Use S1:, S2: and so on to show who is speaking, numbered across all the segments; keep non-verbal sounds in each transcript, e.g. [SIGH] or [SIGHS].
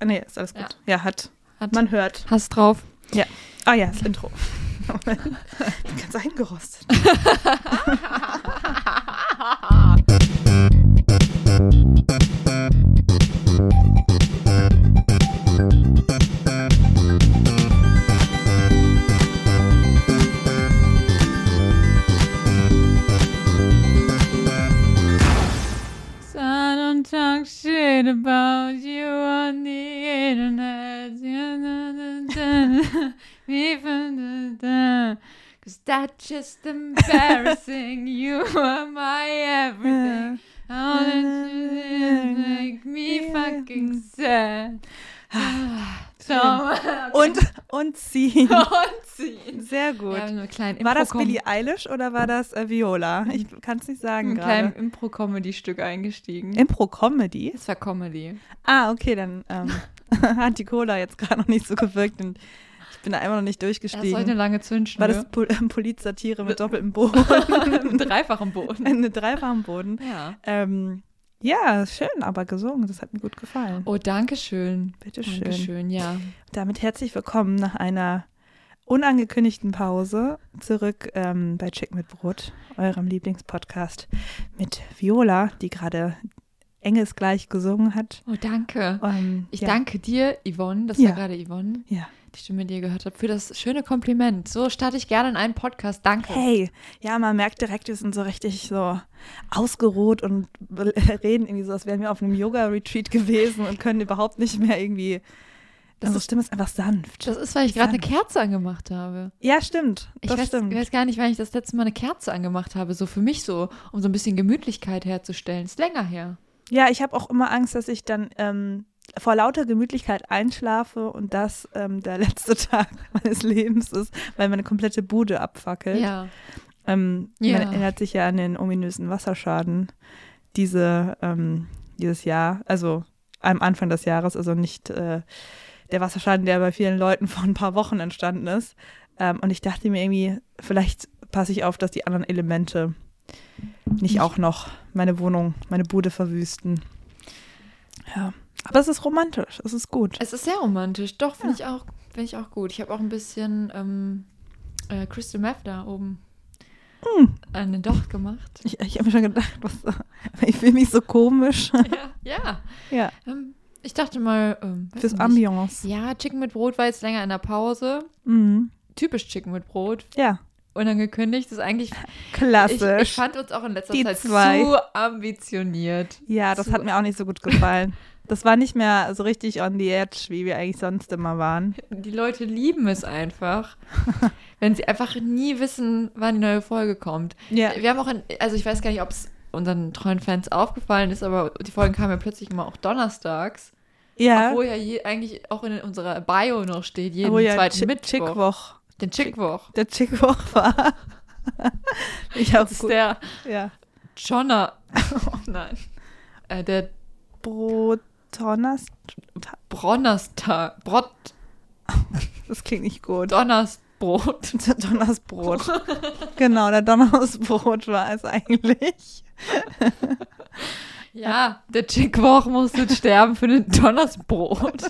S1: Ah, Nee, ist alles gut. Ja, hat. Man hört.
S2: Hast drauf.
S1: Ja. Ah ja, das [LAUGHS] Intro. Ich bin ganz eingerostet.
S2: Sun and talk shit about you on the internet. [LAUGHS] You know, da, da, we found it, da. Cause that's just embarrassing. you are my everything. How did you did make me fucking
S1: [SIGHS]
S2: sad? So, [LAUGHS]
S1: Und, und [LAUGHS] ziehen.
S2: und ziehen.
S1: Sehr gut.
S2: Wir haben einen kleinen
S1: war das
S2: Impro-Com-
S1: Billie Eilish oder war das äh, Viola? Ich kann es nicht sagen
S2: Ein
S1: gerade.
S2: kleines Impro-Comedy-Stück eingestiegen.
S1: Impro-Comedy?
S2: Es war Comedy.
S1: Ah, okay, dann ähm, [LAUGHS] hat die Cola jetzt gerade noch nicht so gewirkt und ich bin da einmal noch nicht
S2: Das ist heute
S1: durchgestiegen.
S2: eine lange ne? Zündschnur.
S1: war das Pol ähm, Polit-Satire [LAUGHS] mit doppeltem
S2: Mit [LAUGHS]
S1: Boden? [LAUGHS]
S2: dreifachem Boden.
S1: eine dreifachen Boden.
S2: Ja.
S1: Ähm, ja, schön, aber gesungen. Das hat mir gut gefallen.
S2: Oh, danke schön.
S1: Bitteschön.
S2: Dankeschön, ja.
S1: Damit herzlich willkommen nach einer unangekündigten Pause zurück ähm, bei Chick mit Brot, eurem Lieblingspodcast mit Viola, die gerade Engels gleich gesungen hat.
S2: Oh, danke.
S1: Ähm,
S2: Ich
S1: ja.
S2: danke dir, Yvonne, das
S1: Ja.
S2: war gerade Yvonne,
S1: Ja.
S2: die Stimme, die ihr gehört habt, für das schöne Kompliment. So starte ich gerne in einen Podcast. Danke.
S1: Hey, ja, man merkt direkt, wir sind so richtig so ausgeruht und [LAUGHS] reden irgendwie so, als wären wir auf einem Yoga-Retreat gewesen und können überhaupt nicht mehr irgendwie.
S2: Das
S1: Unsere
S2: ist-
S1: Stimme ist einfach sanft.
S2: Das ist, weil ich gerade eine Kerze angemacht habe.
S1: ja, stimmt.
S2: Ich
S1: das
S2: weiß,
S1: stimmt.
S2: weiß gar nicht, wann ich das letzte Mal eine Kerze angemacht habe, so für mich so, um so ein bisschen Gemütlichkeit herzustellen. Ist länger her.
S1: Ja, ich habe auch immer Angst, dass ich dann ähm, vor lauter Gemütlichkeit einschlafe und das ähm, der [LAUGHS] letzte Tag meines Lebens ist, weil meine komplette Bude abfackelt.
S2: Ja.
S1: Ähm,
S2: Ja.
S1: Man erinnert sich ja an den ominösen Wasserschaden diese, ähm, dieses Jahr, also am Anfang des Jahres, also nicht äh, der Wasserschaden, der bei vielen Leuten [LAUGHS] vor ein paar Wochen entstanden ist. Ähm, und ich dachte mir irgendwie, vielleicht passe ich auf, dass die anderen Elemente nicht auch noch meine Wohnung, meine Bude verwüsten. Ja. Aber es ist romantisch, es ist gut.
S2: Es ist sehr romantisch. Doch, finde ich, auch, find ich auch gut. Ich habe auch ein bisschen ähm, äh, Crystal Meth da oben
S1: Hm.
S2: an den Docht gemacht.
S1: Ich, ich habe mir schon gedacht, [LAUGHS] was, ich fühle mich so komisch.
S2: ja. ja.
S1: Ja,
S2: Ähm, ich dachte mal. Ähm,
S1: [LAUGHS]
S2: weiß
S1: fürs
S2: nicht.
S1: Ambiance.
S2: Ja, Chicken mit Brot war jetzt länger in der Pause.
S1: Mhm.
S2: Typisch Chicken mit Brot.
S1: Ja.
S2: Unangekündigt. Das ist eigentlich. Ich,
S1: Klassisch.
S2: ich fand uns auch in letzter
S1: Die
S2: Zeit
S1: zwei.
S2: zu ambitioniert.
S1: ja, das
S2: zu-
S1: hat mir auch nicht so gut gefallen. Das war nicht mehr so richtig on the edge, wie wir eigentlich sonst immer
S2: [LAUGHS]
S1: waren.
S2: Die Leute lieben es
S1: [LAUGHS]
S2: einfach, wenn sie einfach nie wissen, wann die neue Folge kommt.
S1: Ja.
S2: Wir haben auch, in, also ich weiß gar nicht, ob es unseren treuen Fans aufgefallen ist, aber die Folgen kamen ja plötzlich immer auch donnerstags,
S1: Ja,
S2: obwohl ja je, eigentlich auch in unserer Bio noch steht, jeden
S1: obwohl ja
S2: zweiten
S1: Chi-
S2: Mittwoch.
S1: Chickwoch.
S2: Den Chickwoch.
S1: Der Chickwoch [LAUGHS] war. ich auch
S2: Das ist
S1: gut.
S2: der
S1: Ja.
S2: Jonner. [LAUGHS] Oh nein. Äh, der
S1: Brotonners.
S2: Bronnerstag. Brot,
S1: Das klingt nicht gut.
S2: Donnersbrot.
S1: Der [LAUGHS]
S2: [LAUGHS]
S1: Donnersbrot. genau, der Donnersbrot war es eigentlich.
S2: Ja, der Chickwoch muss jetzt sterben für den
S1: [LAUGHS]
S2: Donnersbrot.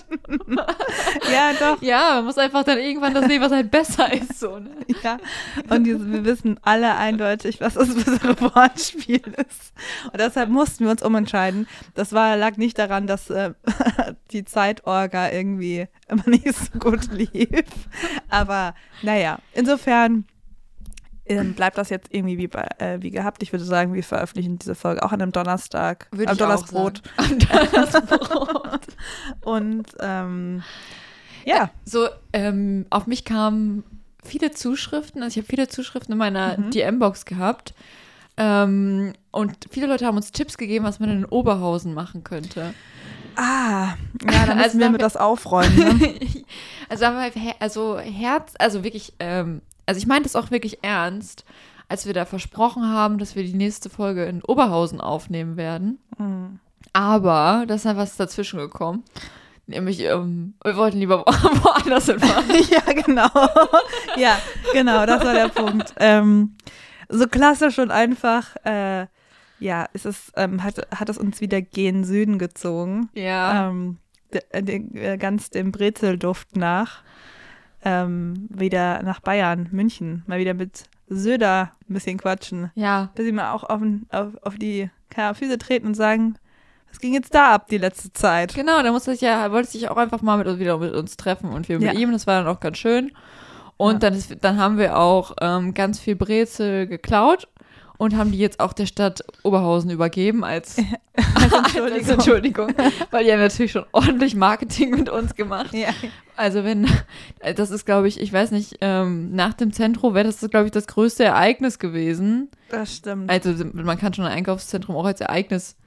S1: Ja, doch.
S2: Ja, man muss einfach dann irgendwann das sehen, was halt besser ist. So, ne?
S1: [LAUGHS] Ja, und dieses, wir wissen alle eindeutig, was das [LAUGHS] bessere Wortspiel ist. Und deshalb mussten wir uns umentscheiden. Das war, lag nicht daran, dass äh, [LAUGHS] die Zeitorga irgendwie immer nicht so gut [LAUGHS] lief. Aber naja, insofern ähm, bleibt das jetzt irgendwie wie, bei, äh, wie gehabt. Ich würde sagen, wir veröffentlichen diese Folge auch an einem Donnerstag,
S2: Würde
S1: am
S2: ich auch
S1: Donnersbrot.
S2: sagen. Am [LAUGHS] Donnersbrot.
S1: [LAUGHS] Und ähm, ja,
S2: So, ähm, auf mich kamen viele Zuschriften. Also ich habe viele Zuschriften in meiner DM-Box gehabt. Ähm, und viele Leute haben uns Tipps gegeben, was man in Oberhausen machen könnte.
S1: ah, ja,
S2: [LAUGHS]
S1: dann müssen
S2: Also
S1: wir
S2: dafür-
S1: mit das aufräumen.
S2: [LAUGHS]
S1: Ne?
S2: also, aber, her- also Herz, also wirklich, ähm, also ich meine das auch wirklich ernst, als wir da versprochen haben, dass wir die nächste Folge in Oberhausen aufnehmen werden.
S1: Mhm.
S2: Aber da ist dann was dazwischen gekommen. Nämlich, ähm, wir wollten lieber [LAUGHS] wo- woanders hinfahren.
S1: [LAUGHS] ja, genau. ja, genau, das war der Punkt. Ähm, so klassisch und einfach, äh, ja, ist es, ähm, hat, hat es uns wieder gen Süden gezogen.
S2: Ja.
S1: Ähm, de- de- äh, ganz dem Brezelduft nach ähm, wieder nach Bayern, München, mal wieder mit Söder ein bisschen quatschen.
S2: Ja,
S1: Dass sie mal auch auf, den- auf, auf die keine Ahnung, Füße treten und sagen, was ging jetzt da ab die letzte Zeit?
S2: genau, da musste ich ja, er wollte sich auch einfach mal mit uns wieder mit uns treffen und wir mit
S1: Ja.
S2: ihm, das war dann auch ganz schön. Und
S1: Ja.
S2: dann, ist, dann haben wir auch ähm, ganz viel Brezel geklaut und haben die jetzt auch der Stadt Oberhausen übergeben als, als Entschuldigung. Entschuldigung, weil die haben natürlich schon ordentlich Marketing mit uns gemacht.
S1: Ja.
S2: Also wenn, das ist glaube ich, ich weiß nicht, ähm, nach dem Zentrum wäre das glaube ich das größte Ereignis gewesen.
S1: Das stimmt.
S2: Also man kann schon ein Einkaufszentrum auch als Ereignis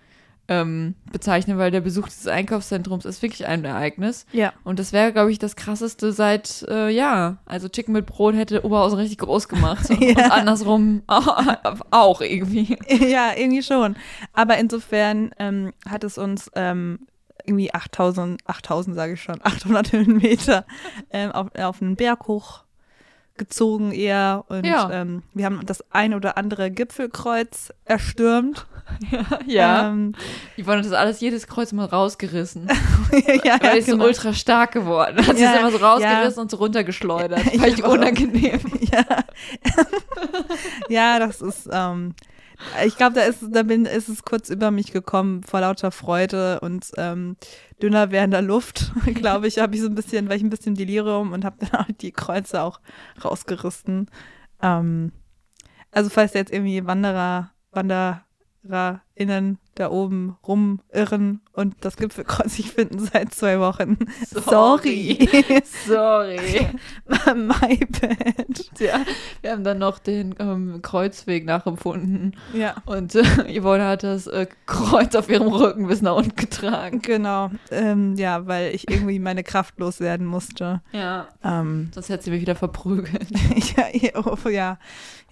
S2: ähm, bezeichnen, weil der Besuch des Einkaufszentrums ist wirklich ein Ereignis.
S1: Ja.
S2: Und das wäre glaube ich das krasseste seit, äh, ja, also Chicken mit Brot hätte Oberhausen richtig groß gemacht. Und
S1: [LAUGHS] Ja.
S2: andersrum [LAUGHS] auch irgendwie. [LAUGHS]
S1: [LAUGHS] Ja, irgendwie schon. Aber insofern ähm, hat es uns ähm, irgendwie 8000, 8000 sage ich schon, [LAUGHS] 800 Höhenmeter ähm, auf, auf einen Berg hoch gezogen eher. Und
S2: Ja.
S1: ähm, wir haben das ein oder andere Gipfelkreuz erstürmt. Ähm, [LAUGHS]
S2: Die wollen das alles, jedes Kreuz mal rausgerissen.
S1: ja, [LAUGHS] ja,
S2: Weil die ist
S1: genau.
S2: so ultra stark geworden. Hat sie
S1: Ja,
S2: es immer so
S1: ja.
S2: rausgerissen und so
S1: [LAUGHS]
S2: runtergeschleudert.
S1: Ich
S2: Vielleicht
S1: hab auch-
S2: unangenehm. [LAUGHS]
S1: [LAUGHS] ja. ja, das ist, ähm, ich glaube, da ist, da bin, ist es kurz über mich gekommen vor lauter Freude und ähm, dünner werdender Luft, [LAUGHS] glaube ich, habe ich so ein bisschen, war ich ein bisschen Delirium und habe dann [LAUGHS] auch die Kreuze auch rausgerissen. Ähm, also falls da jetzt irgendwie Wanderer, WandererInnen da oben rumirren und das Gipfelkreuz nicht finden seit zwei Wochen. Sorry.
S2: Sorry.
S1: [LAUGHS] My bad.
S2: Tja, wir haben dann noch den ähm, Kreuzweg nachempfunden.
S1: Ja.
S2: Und äh, [LAUGHS] Yvonne hat das äh, Kreuz auf ihrem Rücken bis nach unten getragen.
S1: Genau, ähm, ja, weil ich irgendwie meine Kraft loswerden musste.
S2: Ja.
S1: Ähm, [LAUGHS]
S2: Sonst hätte sie mich wieder verprügelt.
S1: ja, ja, oh, ja,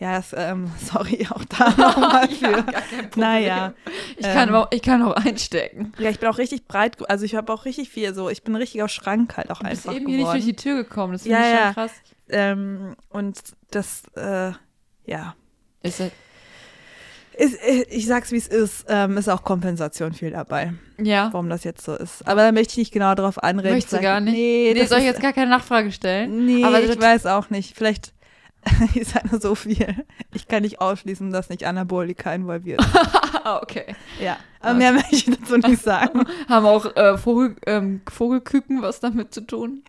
S1: ja das, ähm, sorry auch [LAUGHS] da nochmal für.
S2: [LAUGHS] Ja,
S1: ja.
S2: gar kein Problem.
S1: Naja.
S2: Ich kann,
S1: Ähm.
S2: aber- ich kann auch einstecken.
S1: ich bin auch richtig breit, ge- also ich habe auch richtig viel, so ich bin ein richtiger Schrank halt auch
S2: Du bist
S1: einfach
S2: eben hier nicht durch
S1: geworden.
S2: die Tür gekommen. Das finde
S1: Ja,
S2: ich schon
S1: ja.
S2: krass.
S1: Ähm, und das, äh, ja,
S2: Ist das,
S1: ist, äh, ich sag's wie es ist, ähm, ist auch Kompensation viel dabei,
S2: ja.
S1: warum das jetzt so ist. Aber da möchte ich nicht genau drauf anreden.
S2: Möchtest du
S1: Vielleicht-
S2: gar nicht?
S1: Nee, das
S2: soll ich
S1: ist-
S2: jetzt gar keine Nachfrage stellen?
S1: Nee,
S2: aber
S1: aber ich
S2: das-
S1: weiß auch nicht. Vielleicht [LAUGHS] ich sage nur so viel. Ich kann nicht ausschließen, dass nicht Anabolika involviert
S2: [LAUGHS]
S1: ist.
S2: [LAUGHS] Ah, okay.
S1: Ja. Aber mehr möchte ich dazu nicht
S2: [LAUGHS]
S1: sagen.
S2: Haben auch äh, Vogel, ähm, Vogelküken was damit zu tun?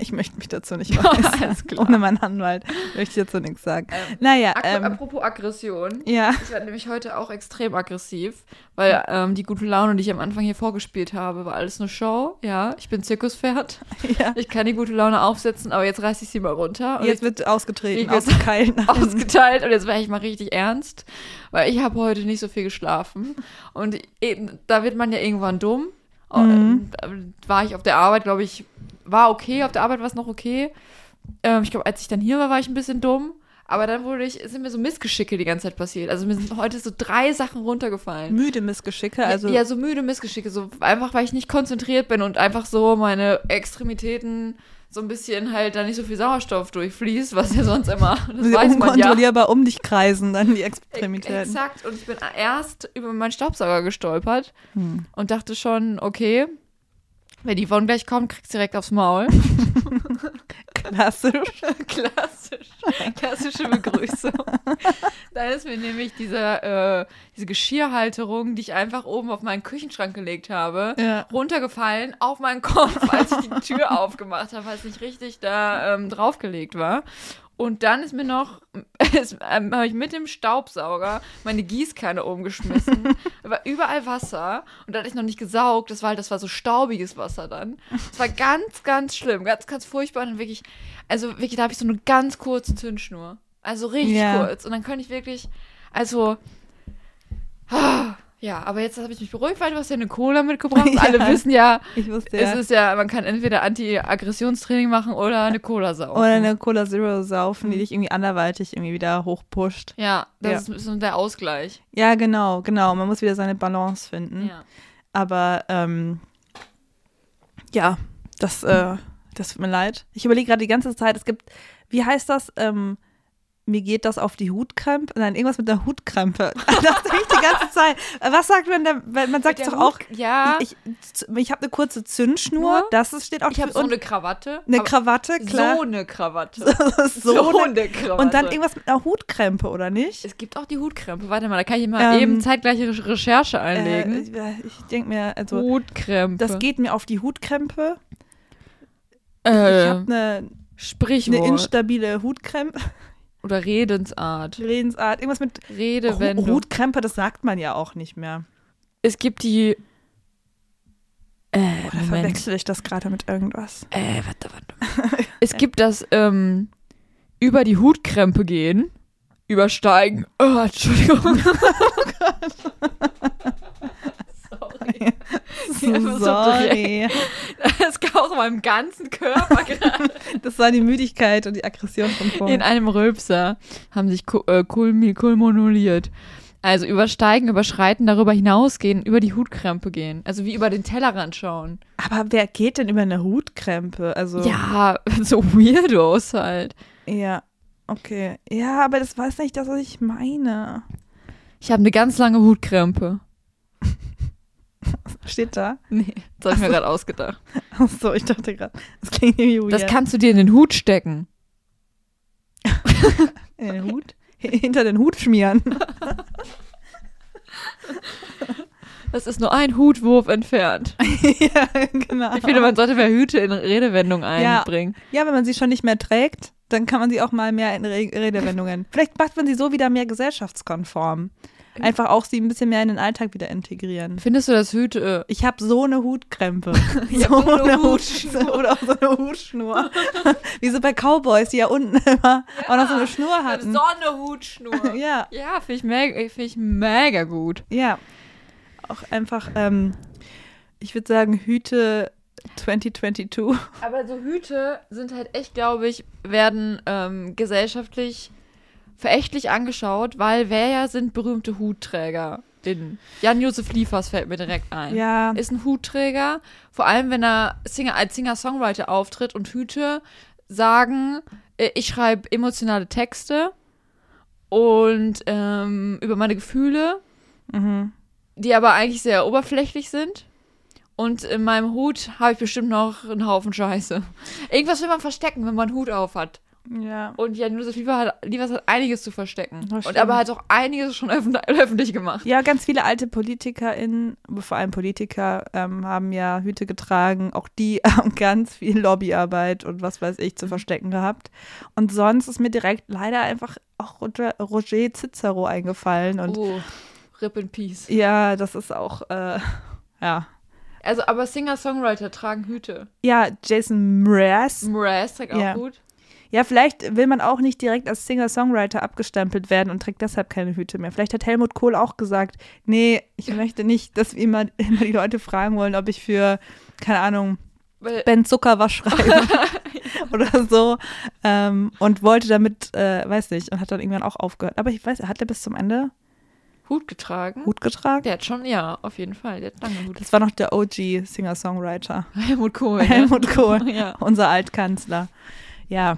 S1: Ich möchte mich dazu
S2: [LAUGHS]
S1: nicht äußern.
S2: Alles klar.
S1: Ohne meinen Anwalt möchte ich dazu nichts sagen.
S2: Ähm,
S1: naja,
S2: Ag-
S1: ähm,
S2: Apropos Aggression.
S1: ja. [LAUGHS]
S2: Ich war nämlich heute auch extrem aggressiv, weil ähm, die gute Laune, die ich am Anfang hier vorgespielt habe, war alles nur Show. Ja, ich bin Zirkuspferd.
S1: ja.
S2: Ich kann die gute Laune aufsetzen, aber jetzt reiß ich sie mal runter. Und
S1: Jetzt
S2: jetzt
S1: wird
S2: ich
S1: ausgetreten,
S2: jetzt- [LAUGHS]
S1: ausgekeilt. nach hinten.
S2: ausgeteilt und jetzt werde ich mal richtig ernst, weil ich habe heute nicht so viel geschlafen und eben, da wird man ja irgendwann dumm.
S1: Mhm.
S2: Äh, da War ich auf der Arbeit, glaube ich, war okay, auf der Arbeit war es noch okay. Ähm, ich glaube, als ich dann hier war, war ich ein bisschen dumm, aber dann wurde ich, sind mir so Missgeschicke die ganze Zeit passiert. Also mir sind heute so drei Sachen runtergefallen.
S1: Müde Missgeschicke, Mhm. also
S2: ja, so müde Missgeschicke, so einfach, weil ich nicht konzentriert bin und einfach so meine Extremitäten so ein bisschen halt da nicht so viel Sauerstoff durchfließt, was ja sonst immer, das
S1: sie
S2: weiß man ja.
S1: unkontrollierbar um dich kreisen, dann die
S2: Ex-
S1: Extremitäten.
S2: Exakt. Und ich bin erst über meinen Staubsauger gestolpert
S1: Hm.
S2: und dachte schon, okay, wenn die Yvonne gleich kommt, kriegst du direkt aufs Maul.
S1: Klassisch.
S2: Klassisch. Klassische Begrüßung. Dann ist mir nämlich dieser, äh, diese Geschirrhalterung, die ich einfach oben auf meinen Küchenschrank gelegt habe,
S1: Ja.
S2: runtergefallen auf meinen Kopf, [LAUGHS] als ich die Tür aufgemacht habe, weil es nicht richtig da ähm, draufgelegt war. Und dann ist mir noch, [LAUGHS] ist, ähm, habe ich mit dem Staubsauger meine Gießkanne umgeschmissen. Da war überall Wasser. Und da hatte ich noch nicht gesaugt. Das war halt, das war so staubiges Wasser dann. Das war ganz, ganz schlimm. Ganz, ganz furchtbar. Und dann wirklich, also wirklich, da habe ich so eine ganz kurze Zündschnur. Also richtig
S1: Ja.
S2: kurz. Und dann könnte ich wirklich, also, ja, aber jetzt habe ich mich beruhigt, weil du hast ja eine Cola mitgebracht.
S1: [LAUGHS] Ja.
S2: Alle wissen ja,
S1: Ich wusste
S2: es
S1: ja.
S2: ist ja, man kann entweder Anti-Aggressionstraining machen oder eine Cola saugen.
S1: Oder eine Cola Zero saufen,
S2: Mhm.
S1: die dich irgendwie anderweitig irgendwie wieder hochpusht.
S2: ja, das
S1: Ja.
S2: ist ein bisschen der Ausgleich.
S1: Ja, genau, genau. Man muss wieder seine Balance finden.
S2: Ja.
S1: Aber ähm, ja, das, äh, das tut mir leid. Ich überlege gerade die ganze Zeit, es gibt, wie heißt das? Ähm, mir geht das auf die Hutkrampe. Nein, irgendwas mit der Hutkrampe. [LAUGHS] Das denke ich die ganze Zeit. Was sagt man da? weil Man sagt
S2: Mit
S1: doch
S2: der
S1: auch,
S2: Hut- ja.
S1: ich, ich habe eine kurze Zündschnur.
S2: Nur?
S1: Das ist- steht auch
S2: Ich habe so
S1: und
S2: eine Krawatte.
S1: eine
S2: aber-
S1: Krawatte, klar.
S2: So eine Krawatte.
S1: [LAUGHS]
S2: [LAUGHS] Krawatte.
S1: Und dann irgendwas mit einer Hutkrempe, oder nicht?
S2: Es gibt auch die Hutkrempe. Warte mal, da kann ich mal
S1: Ähm,
S2: eben zeitgleiche Re- Recherche einlegen.
S1: Äh, ich denke mir, also
S2: Hutkrempe.
S1: das geht mir auf die Hutkrempe. Ich
S2: äh,
S1: habe eine,
S2: Sprichwort.
S1: eine instabile Hutkrempe,
S2: Oder Redensart.
S1: Redensart, irgendwas mit
S2: Redewendung.
S1: Hu- Hutkrempe, das sagt man ja auch nicht mehr.
S2: Es gibt die. Äh,
S1: Oder
S2: Moment.
S1: verwechsel ich das gerade mit
S2: [LAUGHS]
S1: irgendwas?
S2: Äh, warte, warte. [LAUGHS] mal. es gibt das ähm, über die Hutkrempe gehen, übersteigen. Oh, [LAUGHS] Entschuldigung. Oh Sorry. so [LAUGHS]
S1: Sorry.
S2: Das kam auch in meinem ganzen [LAUGHS] Körper gerade.
S1: Das war die Müdigkeit und die Aggression von
S2: In
S1: vorhin.
S2: einem Rülpser haben sich ku- äh, kulmi- kulmonuliert. Also übersteigen, überschreiten, darüber hinausgehen, über die Hutkrempe gehen. Also wie über den Tellerrand schauen.
S1: Aber wer geht denn über eine Hutkrempe? Also,
S2: Ja, [LAUGHS] so Weirdos halt.
S1: ja. Okay. Ja, aber das weiß nicht das, was ich meine.
S2: Ich habe eine ganz lange Hutkrempe.
S1: Steht da? [LAUGHS]
S2: Nee, das habe ich mir gerade ausgedacht.
S1: Achso, ich dachte gerade, das klingt irgendwie weird.
S2: Das kannst du dir in den Hut stecken.
S1: in Äh, den Hut? [LAUGHS] Hinter den Hut schmieren.
S2: [LAUGHS] Das ist nur ein Hutwurf [LAUGHS] entfernt.
S1: ja, genau.
S2: Ich finde, man sollte mehr Hüte in Redewendungen
S1: Ja.
S2: einbringen.
S1: Ja, wenn man sie schon nicht mehr trägt, dann kann man sie auch mal mehr in Re
S2: [LAUGHS]
S1: Redewendungen. Vielleicht macht man sie so wieder mehr gesellschaftskonform. Einfach auch sie ein bisschen mehr in den Alltag wieder integrieren.
S2: Findest du das Hüte? äh,
S1: Ich habe so eine Hutkrempe.
S2: [LAUGHS] Ich hab so eine Hutschnur.
S1: Oder auch so eine
S2: [LAUGHS]
S1: Hutschnur. Wie so bei Cowboys, die ja unten immer auch noch so eine Schnur hatten.
S2: eine Hutschnur.
S1: [LAUGHS] Ja,
S2: [LAUGHS] Ja, finde ich, mega- find ich mega gut.
S1: ja. Auch einfach, ähm, ich würde sagen, Hüte 2022.
S2: Aber so Hüte sind halt echt, glaube ich, werden ähm, gesellschaftlich verächtlich angeschaut, weil wer ja sind berühmte Hutträger? Jan-Josef Liefers fällt mir direkt ein.
S1: Ja.
S2: Ist ein Hutträger, vor allem wenn er Singer, als Singer-Songwriter auftritt und Hüte sagen, äh, ich schreibe emotionale Texte und ähm, über meine Gefühle,
S1: Mhm.
S2: die aber eigentlich sehr oberflächlich sind. Und in meinem Hut habe ich bestimmt noch einen Haufen Scheiße. Irgendwas will man verstecken, wenn man einen Hut auf hat.
S1: Ja.
S2: Und Jan Josef Lieber hat, Liefers hat einiges zu verstecken.
S1: Das
S2: Und
S1: stimmt.
S2: aber hat auch einiges schon öffn [LAUGHS] öffentlich gemacht.
S1: Ja, ganz viele alte PolitikerInnen, vor allem Politiker, ähm, haben ja Hüte getragen. Auch die [LAUGHS] haben ganz viel Lobbyarbeit und was weiß ich zu verstecken gehabt. Und sonst ist mir direkt leider einfach auch Roger, Roger Cicero eingefallen. Und
S2: oh, Rip in Peace.
S1: ja, das ist auch, äh, [LAUGHS] ja.
S2: Also, aber Singer-Songwriter tragen Hüte.
S1: Ja, Jason Mraz.
S2: Mraz trägt auch
S1: Ja.
S2: Hut.
S1: Ja, vielleicht will man auch nicht direkt als Singer-Songwriter abgestempelt werden und trägt deshalb keine Hüte mehr. Vielleicht hat Helmut Kohl auch gesagt, nee, ich möchte nicht, dass wir immer, [LAUGHS] immer die Leute fragen wollen, ob ich für, keine Ahnung,
S2: Weil,
S1: Ben Zucker was schreibe oder so. Ähm, und wollte damit, äh, weiß nicht, und hat dann irgendwann auch aufgehört. Aber ich weiß, hat er bis zum Ende
S2: Hut getragen.
S1: Hut getragen?
S2: Der hat schon, ja, auf jeden Fall. Der hat lange Hut.
S1: Das war noch der OG Singer-Songwriter,
S2: Helmut Kohl. [LAUGHS]
S1: [LAUGHS]
S2: ne?
S1: Helmut Kohl,
S2: Ja.
S1: unser Altkanzler. Ja,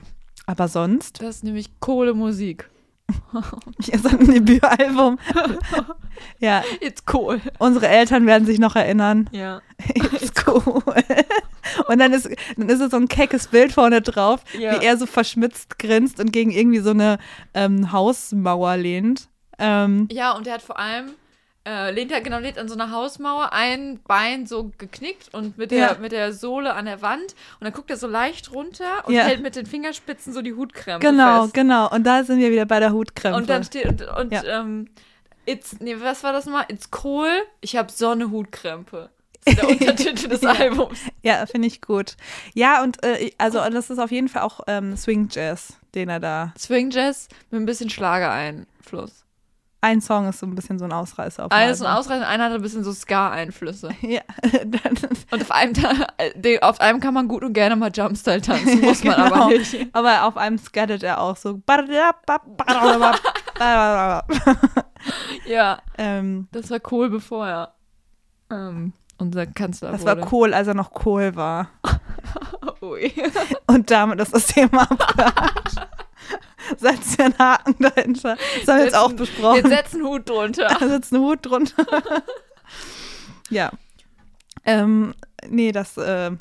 S1: aber sonst,
S2: Das ist nämlich Kohle-Musik.
S1: [LAUGHS] hier ist ein
S2: [LAUGHS]
S1: Debütalbum. ja,
S2: It's Kohl.
S1: unsere Eltern werden sich noch
S2: [LAUGHS]
S1: erinnern.
S2: Ja.
S1: It's cool. und dann ist, dann ist es so ein keckes Bild vorne drauf,
S2: Ja.
S1: wie er so verschmitzt grinst und gegen irgendwie so eine ähm, Hausmauer lehnt. Ähm,
S2: Ja, und er hat vor allem, äh, lehnt er, genau, lehnt an so einer Hausmauer ein Bein so geknickt und mit der,
S1: Ja.
S2: mit der Sohle an der Wand. Und dann guckt er so leicht runter und
S1: Ja.
S2: hält mit den Fingerspitzen so die Hutkrempe
S1: genau,
S2: fest.
S1: genau. Und da sind wir wieder bei der Hutkrempe.
S2: Und dann steht, und, und
S1: Ja.
S2: ähm, it's, nee, was war das mal? It's Kohl, ich hab so eine Hutkrempe. Das [LAUGHS] ist der Untertitel des Albums.
S1: ja, finde ich gut. Ja, und äh, ich- also und das ist auf jeden Fall auch ähm, Swing Jazz, den er da.
S2: Swing Jazz mit ein bisschen Schlagereinfluss.
S1: Ein Song ist so ein bisschen so ein Ausreißer. Auf dem
S2: Alles und
S1: Album.
S2: ausreichend, einer hat ein bisschen so Ska-Einflüsse.
S1: [LAUGHS] Ja, dann,
S2: Und auf einem, auf einem kann man gut und gerne mal Jumpstyle [LAUGHS] tanzen, muss man
S1: Genau.
S2: aber nicht. [LAUGHS]
S1: Aber auf einem scattet er auch so. ähm,
S2: Ja, das war Kohl, bevor er ähm, unser Kanzler
S1: das
S2: wurde. Oh,
S1: war Kohl, als er noch Kohl war.
S2: Ui. [LAUGHS]
S1: Und damit ist das Thema abgehakt. setzt ja einen Haken dahinter. Das haben wir jetzt auch
S2: Jetzt
S1: besprochen.
S2: setzt einen Hut drunter.
S1: Da sitzt ein Hut drunter. ja. Ähm, nee, das, äh,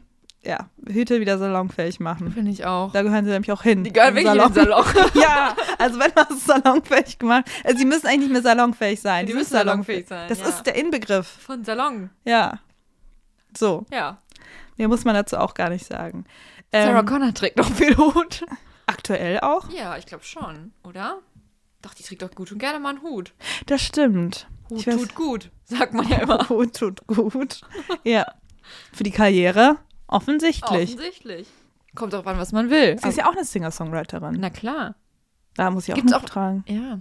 S1: ja, Hüte wieder salonfähig machen.
S2: Finde ich auch.
S1: Da gehören sie nämlich auch hin.
S2: Die gehören wirklich in den Salon.
S1: Ja, [LAUGHS] also wenn man es salonfähig gemacht also sie müssen eigentlich nicht mehr salonfähig sein.
S2: Die
S1: Sie
S2: müssen salonfähig sein,
S1: Das
S2: ja.
S1: ist der Inbegriff.
S2: Von Salon,
S1: Ja. So,
S2: ja.
S1: mehr muss man dazu auch gar nicht sagen. [LAUGHS]
S2: Sarah
S1: Ähm,
S2: Connor trägt noch viel Hut.
S1: aktuell auch?
S2: Ja, ich glaube schon, oder? Doch, die trägt doch gut und gerne mal einen Hut.
S1: Das stimmt.
S2: Hut
S1: Ich weiß- [LAUGHS]
S2: tut gut, [LAUGHS] sagt man ja immer.
S1: Gut, tut gut. Ja. Für die Karriere? Offensichtlich.
S2: Offensichtlich. Kommt drauf an, was man will.
S1: Sie ist ja auch eine Singer-Songwriterin.
S2: Na klar.
S1: Da muss ich auch
S2: Gibt's
S1: noch
S2: auch- [LAUGHS]
S1: tragen.
S2: Ja.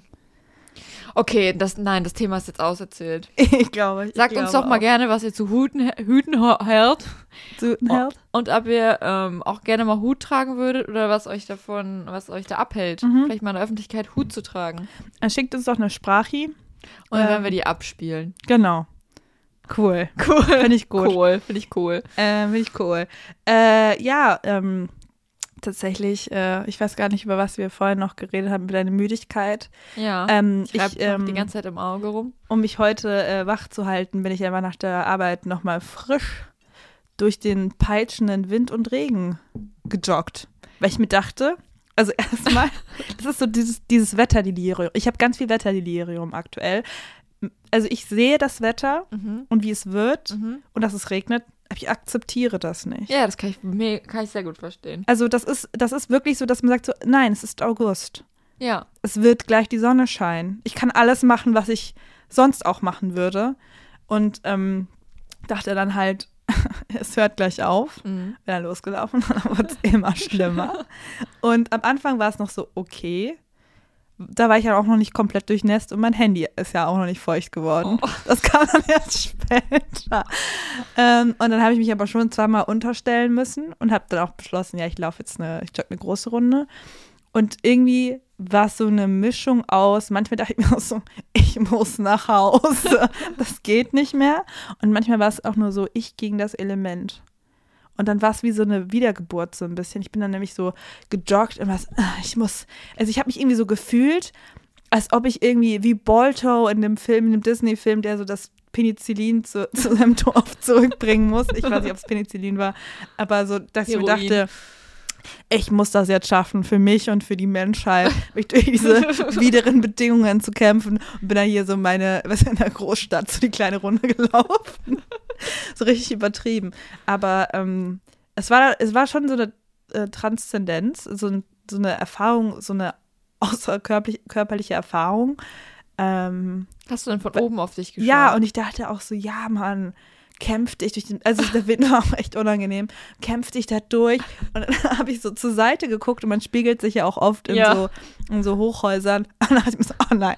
S2: Okay, das, nein, das Thema ist jetzt auserzählt.
S1: [LAUGHS] Ich glaube. Ich
S2: Sagt uns doch mal gerne, was ihr zu Huten, Hüten hält.
S1: gerne. Oh,
S2: Und ob ihr ähm, auch gerne mal Hut tragen würdet oder was euch davon, was euch da abhält,
S1: Mhm.
S2: vielleicht mal in der Öffentlichkeit Hut zu tragen.
S1: Dann schickt uns doch eine Sprachi.
S2: Und dann
S1: Ähm.
S2: werden wir die abspielen.
S1: Genau. Cool.
S2: Cool.
S1: Finde ich gut.
S2: Cool, finde ich cool.
S1: Äh, Finde ich cool. Äh, ja, ähm, tatsächlich, äh, ich weiß gar nicht, über was wir vorhin noch geredet haben, über deine Müdigkeit.
S2: Ja.
S1: Ähm,
S2: ich habe
S1: ähm,
S2: die ganze Zeit im Auge rum.
S1: um mich heute äh, wach zu halten, bin ich aber nach der Arbeit nochmal frisch durch den peitschenden Wind und Regen gejoggt. Weil ich mir dachte, also [LAUGHS] erstmal, das ist so dieses, dieses Wetterdelirium. Ich habe ganz viel Wetterdelirium aktuell. Also ich sehe das Wetter
S2: Mhm.
S1: und wie es wird
S2: Mhm.
S1: und dass es regnet, aber ich akzeptiere das nicht.
S2: Ja, das kann ich, me- kann ich sehr gut verstehen.
S1: Also das ist, das ist wirklich so, dass man sagt so, nein, es ist August.
S2: Ja.
S1: Es wird gleich die Sonne scheinen. Ich kann alles machen, was ich sonst auch machen würde. Und ähm, dachte dann halt, [LAUGHS] es hört gleich auf.
S2: Mhm.
S1: Bin dann losgelaufen [LAUGHS] und dann wurde es immer schlimmer. Und am Anfang war es noch so okay. Da war ich ja auch noch nicht komplett durchnässt und mein Handy ist ja auch noch nicht feucht geworden. Das kam dann erst später. Ähm, und dann habe ich mich aber schon zweimal unterstellen müssen und habe dann auch beschlossen, ja, ich laufe jetzt eine, ich jogge eine große Runde. Und irgendwie war es so eine Mischung aus, manchmal dachte ich mir auch so, ich muss nach Hause, [LAUGHS] das geht nicht mehr. Und manchmal war es auch nur so, ich gegen das Element. Und dann war es wie so eine Wiedergeburt so ein bisschen. Ich bin dann nämlich so gejoggt und was, ich muss, also ich habe mich irgendwie so gefühlt, als ob ich irgendwie wie Balto in dem Film, in dem Disney-Film, der so das Penicillin zu, [LAUGHS] zu seinem Dorf zurückbringen muss. Ich weiß nicht, ob es Penicillin war, aber so, dass ich mir
S2: Heroin.
S1: dachte, ich muss das jetzt schaffen für mich und für die Menschheit, [LAUGHS] mich durch diese wideren Bedingungen zu kämpfen. Und bin dann hier so meine, was in der Großstadt, so die kleine Runde [LAUGHS] gelaufen. so richtig übertrieben. Aber ähm, es, war, es war schon so eine äh, Transzendenz, so, ein, so eine Erfahrung, so eine [LAUGHS] außerkörperliche körperliche Erfahrung. Ähm,
S2: Hast du denn von oben auf dich geschaut?
S1: ja, und ich dachte auch so, ja, Mann, kämpf dich durch den, also der Wind war [LAUGHS] auch echt unangenehm, kämpf dich da durch. Und dann [LAUGHS] habe ich so zur Seite geguckt und man spiegelt sich ja auch oft in,
S2: Ja.
S1: so, in so Hochhäusern. [LAUGHS] Und dann dachte ich mir so, oh nein,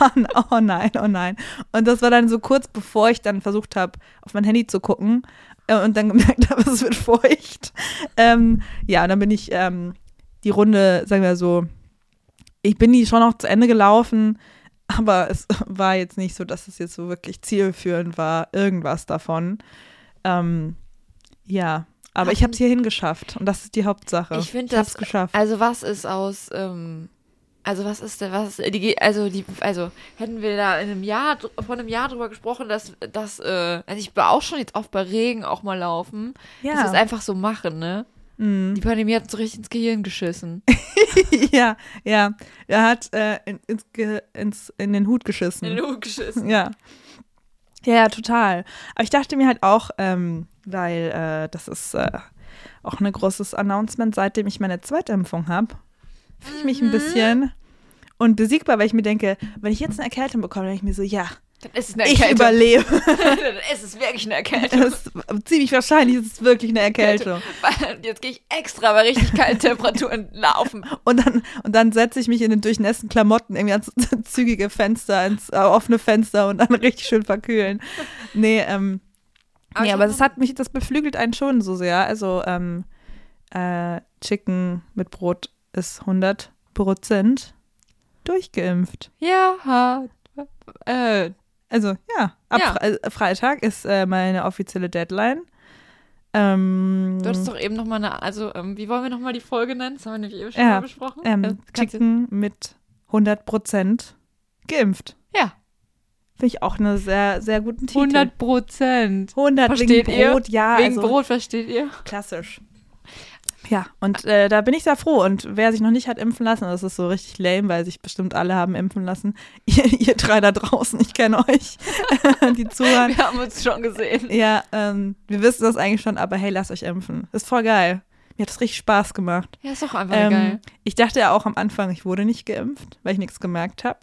S1: oh, n- oh nein, [LAUGHS] oh nein. Und das war dann so kurz bevor ich dann versucht habe, auf mein Handy zu gucken äh, und dann [LAUGHS] gemerkt habe, es wird feucht. Ähm, ja, und dann bin ich ähm, die Runde, sagen wir so, ich bin die schon noch zu Ende gelaufen, aber es [LAUGHS] war jetzt nicht so, dass es jetzt so wirklich zielführend war, irgendwas davon. Ähm, ja, aber ich habe es hierhin geschafft und das ist die Hauptsache.
S2: Ich find
S1: hab's
S2: das-
S1: geschafft.
S2: Also was ist aus, ähm, also was ist denn, was, die, Ge- also die, also hätten wir da in einem Jahr, dr- von einem Jahr drüber gesprochen, dass, dass, äh, also ich war auch schon jetzt oft bei Regen auch mal laufen, dass wir es einfach so machen, ne?
S1: Mm.
S2: Die Pandemie hat so richtig ins
S1: [LAUGHS]
S2: Gehirn geschissen.
S1: ja, ja. Er hat äh, in, ins, Ge- ins, in den Hut geschissen.
S2: Hut geschissen.
S1: Ja. Ja, ja, total. Aber ich dachte mir halt auch, ähm, weil äh, das ist äh, auch ein großes Announcement, seitdem ich meine Zweitimpfung habe, fühle ich mich ein bisschen unbesiegbar, weil ich mir denke, wenn ich jetzt eine Erkältung bekomme, denke ich mir so, ja,
S2: Dann ist es eine
S1: ich
S2: Erkältung.
S1: überlebe. [LAUGHS]
S2: Dann ist [LAUGHS] es wirklich eine Erkältung.
S1: Das ist ziemlich wahrscheinlich, es ist wirklich eine Erkältung.
S2: Weil Jetzt gehe ich extra bei richtig kalten Temperaturen laufen.
S1: Und dann, und dann setze ich mich in den durchnässten Klamotten irgendwie ans [LAUGHS] zügige Fenster, ins äh, offene Fenster und dann [LAUGHS] richtig schön verkühlen. Nee, ähm,
S2: Aber
S1: nee,
S2: ich
S1: aber
S2: hab
S1: das hat mich, das beflügelt einen schon so sehr. Also, ähm, äh, Chicken mit Brot ist 100 Prozent durchgeimpft.
S2: Ja, ha, äh,
S1: Also, ja, ab
S2: Ja.
S1: Fre- äh, Freitag ist äh, meine offizielle Deadline. Ähm,
S2: Du hattest doch eben nochmal eine, also ähm, wie wollen wir nochmal die Folge nennen? Das haben wir nämlich eben schon
S1: Ja.
S2: mal besprochen. Äh,
S1: ähm,
S2: kannst du-
S1: Chicken mit 100% geimpft.
S2: Ja,
S1: Finde ich auch einen sehr, sehr guten Titel.
S2: 100 Prozent.
S1: 100
S2: Versteht
S1: wegen Brot,
S2: ihr?
S1: ja.
S2: Wegen
S1: also,
S2: Brot, versteht
S1: [LAUGHS]
S2: ihr?
S1: Klassisch. Ja, und äh, da bin ich sehr froh. Und wer sich noch nicht hat impfen lassen, das ist so richtig lame, weil sich bestimmt alle haben impfen lassen. [LAUGHS] Ihr, ihr drei da draußen, ich kenne euch, [LAUGHS] die zuhören.
S2: Wir haben uns schon gesehen.
S1: Ja, ähm, wir wissen das eigentlich schon, aber hey, lasst euch impfen. Ist voll geil. Mir hat es richtig Spaß gemacht.
S2: [LAUGHS] Ja, ist doch einfach
S1: Ähm,
S2: geil.
S1: ich dachte ja auch am Anfang, ich wurde nicht geimpft, weil ich nichts gemerkt habe.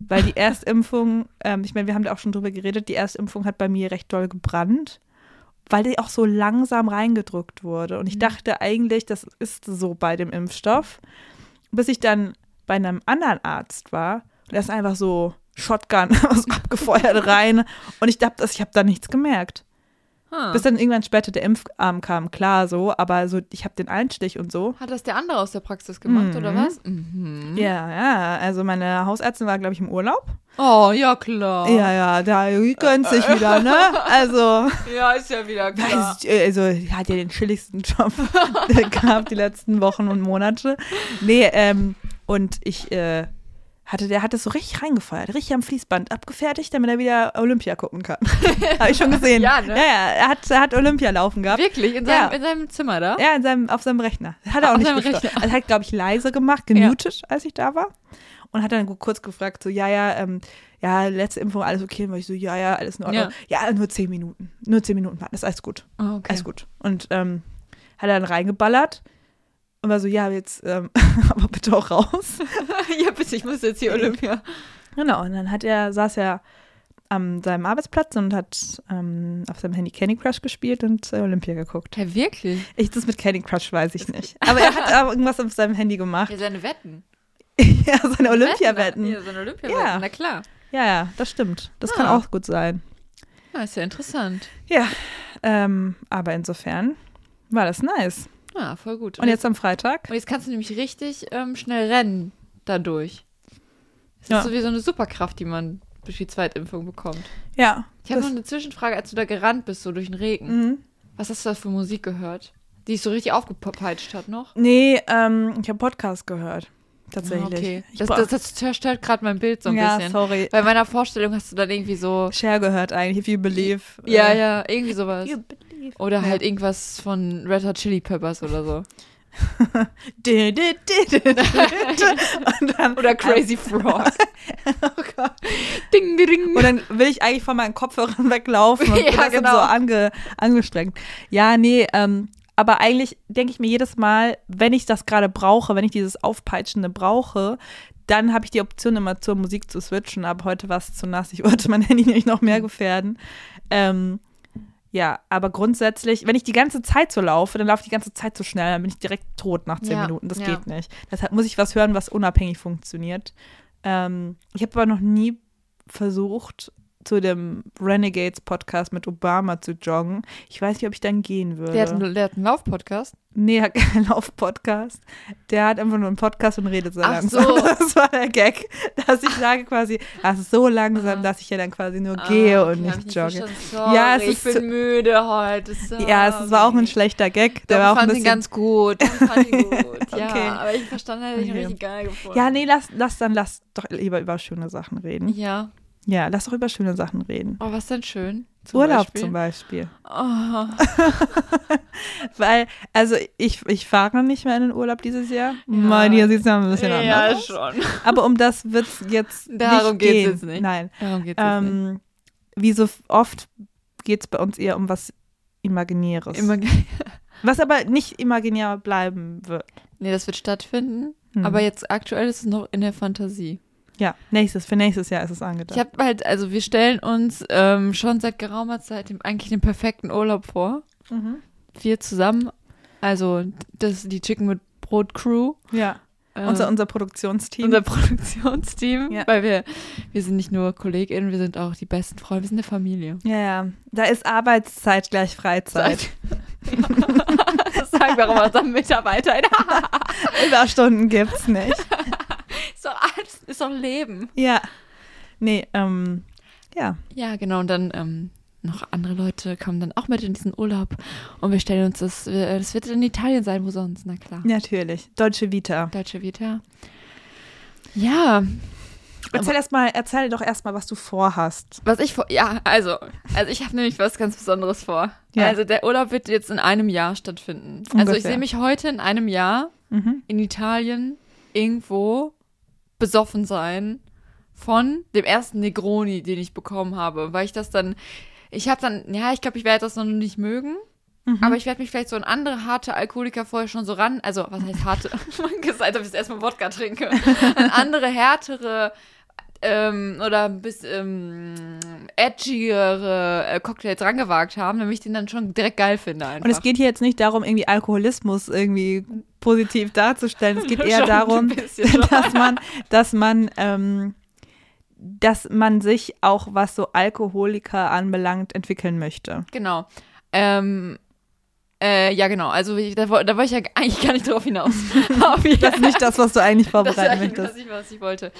S1: Weil die Erstimpfung, ähm, ich meine, wir haben da auch schon drüber geredet, die Erstimpfung hat bei mir recht doll gebrannt, weil die auch so langsam reingedrückt wurde. Und ich dachte eigentlich, das ist so bei dem Impfstoff, bis ich dann bei einem anderen Arzt war und er ist einfach so Shotgun [LAUGHS] aus abgefeuert rein. Und ich dachte, ich habe da nichts gemerkt.
S2: Hm.
S1: Bis dann irgendwann später der Impfarm kam, klar so, aber so, ich habe den Einstich und so.
S2: Hat das der andere aus der Praxis gemacht,
S1: Mhm.
S2: oder was? Mhm.
S1: Ja, ja, also meine Hausärztin war, glaube ich, im Urlaub.
S2: Oh, ja, klar.
S1: Ja, ja, da gönnt sich wieder,
S2: [LAUGHS]
S1: ne? Also,
S2: Ja, ist ja wieder klar.
S1: weiß ich, äh, also die hat ja den chilligsten Job [LAUGHS] gehabt die letzten Wochen und Monate. Nee, ähm, und ich äh, hatte, der hat das so richtig reingefeuert, richtig am Fließband abgefertigt, damit er wieder Olympia gucken kann. [LAUGHS] Habe ich schon gesehen.
S2: Ja, ne?
S1: ja, ja er hat, er hat Olympia laufen gehabt.
S2: Wirklich, in
S1: Ja.
S2: seinem, in seinem Zimmer da?
S1: Ja, in seinem, auf seinem Rechner. Hat er auch
S2: Auf
S1: nicht
S2: seinem
S1: gestört.
S2: Rechner.
S1: Also hat, glaube ich, leise gemacht, gemutet, als ich da war. Und hat dann gu- kurz gefragt, so, ja, ja, ähm, ja, letzte Impfung, alles okay. Und war ich so, ja, ja, alles in Ordnung. Ja, nur zehn Minuten. Nur zehn Minuten warten, ist alles gut.
S2: Oh, okay.
S1: Alles gut. Und ähm, hat dann reingeballert und war so, ja, jetzt, ähm, [LAUGHS] aber bitte auch raus.
S2: [LAUGHS] ja, bitte, ich muss jetzt hier Olympia.
S1: Genau, und dann hat er, saß er an seinem Arbeitsplatz und hat ähm, auf seinem Handy Candy Crush gespielt und äh, Olympia geguckt.
S2: Ja, wirklich?
S1: Ich, das mit Candy Crush weiß ich nicht.
S2: [LAUGHS]
S1: Aber er hat aber irgendwas auf seinem Handy gemacht.
S2: Ja, seine Wetten.
S1: ja, seine
S2: Ja,
S1: Olympiawetten.
S2: seine Olympiawetten,
S1: Ja.
S2: na klar.
S1: Ja, ja, das stimmt. Das kann
S2: Ah.
S1: auch gut sein.
S2: Ja, Ah, ist ja interessant.
S1: Ja, ähm, aber insofern war das nice.
S2: Ja, Ah, voll gut.
S1: Und jetzt am Freitag?
S2: Und jetzt kannst du nämlich richtig ähm, schnell rennen dadurch. Das
S1: Ja.
S2: ist so wie so eine Superkraft, die man durch die Zweitimpfung bekommt.
S1: Ja.
S2: Ich habe
S1: das-
S2: noch eine Zwischenfrage, als du da gerannt bist, so durch den Regen.
S1: Mhm.
S2: Was hast du da für Musik gehört? Die dich so richtig aufgepeitscht hat noch?
S1: Nee, ähm, ich habe Podcast gehört.
S2: Ah,
S1: Tatsächlich.
S2: Okay.
S1: Ich
S2: Das,
S1: brauch-
S2: das, das zerstört gerade mein Bild so ein
S1: ja,
S2: bisschen.
S1: sorry.
S2: Bei meiner Vorstellung hast du dann irgendwie so.
S1: Cher gehört eigentlich, if you believe.
S2: Ja,
S1: äh,
S2: ja, irgendwie sowas.
S1: if [LAUGHS] You believe.
S2: Oder halt irgendwas von Red Hot Chili Peppers oder so.
S1: Di, di, di, di, di, di. Und dann,
S2: Oder [LAUGHS] Crazy Frog.
S1: Oh Gott.
S2: ding, ding,
S1: [LAUGHS]
S2: ding.
S1: Und dann will ich eigentlich von meinen Kopfhörern [LAUGHS] weglaufen und
S2: Ja,
S1: bin das
S2: genau.
S1: so ange, angestrengt. Ja, nee, ähm, aber eigentlich denke ich mir jedes Mal, wenn ich das gerade brauche, wenn ich dieses Aufpeitschende brauche, dann habe ich die Option immer zur Musik zu switchen. Aber heute war es zu nass. Ich [LAUGHS] wollte mein Handy nämlich noch mehr gefährden. Ähm, ja, aber grundsätzlich, wenn ich die ganze Zeit so laufe, dann laufe ich die ganze Zeit so schnell, dann bin ich direkt tot nach zehn
S2: Ja,
S1: Minuten. Das
S2: ja.
S1: geht nicht. Deshalb muss ich was hören, was unabhängig funktioniert. Ähm, ich habe aber noch nie versucht, zu dem Renegades-Podcast mit Obama zu joggen. Ich weiß nicht, ob ich dann gehen würde.
S2: der, hat einen, der hat einen Laufpodcast.
S1: nee, hat keinen [LAUGHS] Lauf-Podcast. Der hat einfach nur einen Podcast und redet sehr
S2: Ach
S1: langsam.
S2: so.
S1: [LAUGHS] Das war der Gag, dass ich sage quasi, das ist so langsam,
S2: Ah.
S1: dass ich ja dann quasi nur gehe und
S2: okay, hab
S1: nicht,
S2: ich
S1: jogge.
S2: verstanden. Sorry,
S1: Ja, es
S2: ich
S1: ist so-
S2: bin müde heute. Sorry.
S1: Ja, es war auch ein schlechter Gag. Der
S2: Doch,
S1: war auch
S2: Ah, ich
S1: ein
S2: fand ihn
S1: bisschen.
S2: ganz gut. Ich fand
S1: [LAUGHS]
S2: ihn gut. Ja,
S1: Okay.
S2: aber ich verstanden hätte ich ihn
S1: Okay.
S2: richtig geil gefunden.
S1: ja, nee, lass, lass dann lass doch lieber über schöne Sachen reden.
S2: Ja.
S1: Ja, lass doch über schöne Sachen reden.
S2: Oh, was denn schön?
S1: Urlaub
S2: Beispiel?
S1: zum Beispiel.
S2: Oh.
S1: Weil, also ich, ich fahre nicht mehr in den Urlaub dieses Jahr. Ja.
S2: Ja.
S1: Mein, hier sieht es noch ein bisschen anders
S2: ja,
S1: aus.
S2: schon.
S1: Aber um das wird es jetzt
S2: [LAUGHS] Darum
S1: nicht
S2: geht's
S1: gehen.
S2: jetzt nicht.
S1: Nein.
S2: Darum geht's jetzt nicht.
S1: Ähm, wie so oft geht es bei uns eher um was Imaginäres.
S2: Immer,
S1: was aber nicht imaginär bleiben wird.
S2: [LAUGHS] nee, das wird stattfinden.
S1: Hm.
S2: Aber jetzt aktuell ist es noch in der Fantasie.
S1: Ja, nächstes, für nächstes Jahr ist es
S2: Ich
S1: angedacht.
S2: habe halt, also wir stellen uns ähm, schon seit geraumer Zeit den, eigentlich den perfekten Urlaub vor.
S1: Mhm.
S2: Wir zusammen, also das die Chicken mit Brot Crew.
S1: Ja,
S2: ähm,
S1: unser, unser Produktionsteam.
S2: unser Produktionsteam,
S1: Ja.
S2: weil wir, wir sind nicht nur KollegInnen, wir sind auch die besten Freunde, wir sind eine Familie.
S1: ja, ja. Da ist Arbeitszeit gleich Freizeit.
S2: [LAUGHS] Das sagen wir auch unseren [LAUGHS] Mitarbeitern.
S1: [LAUGHS] Überstunden gibt's nicht.
S2: [LAUGHS] Ist doch alles, ist doch Leben.
S1: Ja. Nee, ähm, ja.
S2: Ja, genau. Und dann ähm, noch andere Leute kamen dann auch mit in diesen Urlaub und wir stellen uns das, äh, das wird in Italien sein, wo sonst, na klar.
S1: Natürlich. Deutsche Vita.
S2: Deutsche Vita. Ja,
S1: Erzähl, erst mal, erzähl doch erstmal, was du vorhast.
S2: was ich vor, ja, also, also ich habe nämlich was ganz Besonderes vor.
S1: Ja.
S2: Also der Urlaub wird jetzt in einem Jahr stattfinden. Also ich
S1: Ungefähr.
S2: sehe mich heute in einem Jahr
S1: Mhm.
S2: in Italien irgendwo besoffen sein von dem ersten Negroni, den ich bekommen habe, weil ich das dann, ich habe dann, ja, ich glaube, ich werde das noch nicht mögen.
S1: Mhm.
S2: Aber ich werde mich vielleicht so an andere harte Alkoholiker vorher schon so ran, also was heißt harte? [LAUGHS] Man gesagt, ob ich jetzt erstmal Wodka trinke. An andere härtere ähm, oder ein bisschen ähm, edgigere äh, Cocktails rangewagt haben, damit ich den dann schon direkt geil finde einfach.
S1: Und es geht hier jetzt nicht darum, irgendwie Alkoholismus irgendwie positiv darzustellen. Es
S2: [LAUGHS]
S1: geht eher
S2: Schon ein
S1: darum,
S2: bisschen schon.
S1: [LAUGHS] dass man, dass man, ähm, dass man sich auch, was so Alkoholiker anbelangt, entwickeln möchte.
S2: Genau. Ähm, äh, ja, genau. Also ich, da, wo- da wollte ich ja [LAUGHS] eigentlich gar nicht
S1: [LAUGHS]
S2: drauf hinaus. Auf jeden
S1: Das ist nicht das, was du eigentlich
S2: [LAUGHS] Das ist
S1: vorbereiten
S2: eigentlich
S1: möchtest.
S2: das, ich, was ich wollte.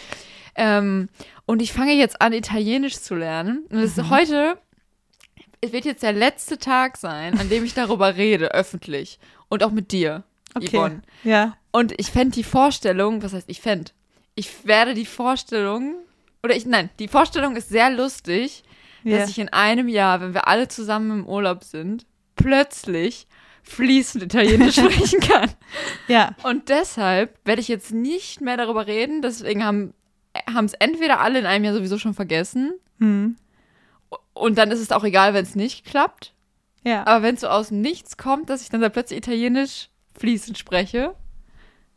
S2: Ähm, und ich fange jetzt an, Italienisch zu lernen. Und es
S1: Mhm.
S2: ist heute, es wird jetzt der letzte Tag sein, an dem ich darüber rede, öffentlich. Und auch mit dir, Yvonne.
S1: Ja.
S2: Und ich fände die Vorstellung, was heißt ich fänd? Ich werde die Vorstellung, oder ich, nein, die Vorstellung ist sehr lustig,
S1: Ja.
S2: dass ich in einem Jahr, wenn wir alle zusammen im Urlaub sind, plötzlich
S1: [LAUGHS]
S2: fließend Italienisch sprechen kann.
S1: ja.
S2: Und deshalb werde ich jetzt nicht mehr darüber reden. Deswegen haben es entweder alle in einem Jahr sowieso schon vergessen.
S1: Hm.
S2: Und dann ist es auch egal, wenn es nicht klappt.
S1: Ja.
S2: Aber wenn es so aus dem Nichts kommt, dass ich dann da plötzlich Italienisch fließend spreche,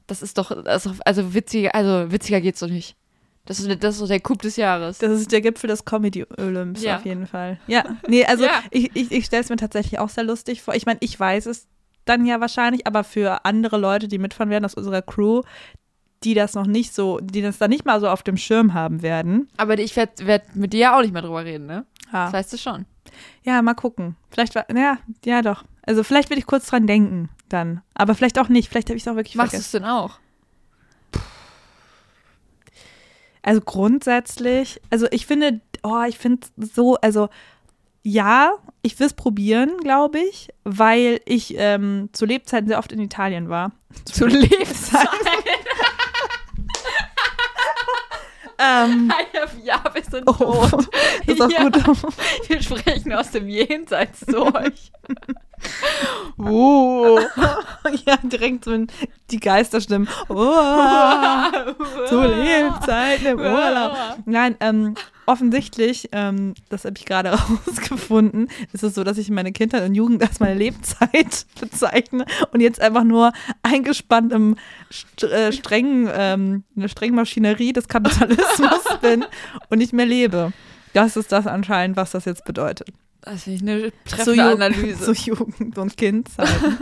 S2: das ist doch, das ist doch also, witziger, also witziger geht's doch nicht. Das ist, das ist doch der Coup des Jahres.
S1: Das ist der Gipfel des Comedy-Olymps
S2: Ja.
S1: auf jeden Fall. Ja, nee, also
S2: [LAUGHS] Ja.
S1: ich, ich, ich stelle es mir tatsächlich auch sehr lustig vor. Ich meine, ich weiß es dann ja wahrscheinlich, aber für andere Leute, die mitfahren werden aus unserer Crew, die das noch nicht so, die das dann nicht mal so auf dem Schirm haben werden.
S2: Aber ich werde werd mit dir ja auch nicht mehr drüber reden, ne? Das
S1: Ja,
S2: weißt du schon.
S1: ja mal gucken. Vielleicht war, naja, ja doch. Also vielleicht werde ich kurz dran denken dann. Aber vielleicht auch nicht. Vielleicht habe ich es auch wirklich
S2: Machst du
S1: vergessen.
S2: es denn auch?
S1: Also grundsätzlich, also ich finde, oh, ich finde es so, also ja, ich will es probieren, glaube ich, weil ich ähm, zu Lebzeiten sehr oft in Italien war.
S2: Zu Lebzeiten.
S1: [LAUGHS] Ähm,
S2: ja, wir sind
S1: oh,
S2: tot.
S1: das [LAUGHS] ist auch
S2: Ja.
S1: gut.
S2: Wir sprechen aus dem Jenseits zu [LAUGHS] euch. Wow.
S1: [LAUGHS] ja, direkt so in die Geisterstimmen. Oh, zu Lebzeiten ne, im Urlaub. Nein, ähm, offensichtlich, ähm, das habe ich gerade [LAUGHS] rausgefunden, ist es so, dass ich meine Kindheit und Jugend als meine Lebenszeit [LAUGHS] bezeichne und jetzt einfach nur eingespannt im st äh, strengen, ähm, in der strengen Maschinerie des Kapitalismus bin und nicht mehr lebe. Das ist das anscheinend, was das jetzt bedeutet.
S2: Das finde ich eine
S1: Zu
S2: treffende
S1: Ju- [LAUGHS]
S2: Analyse.
S1: Zu Jugend und Kindzeiten.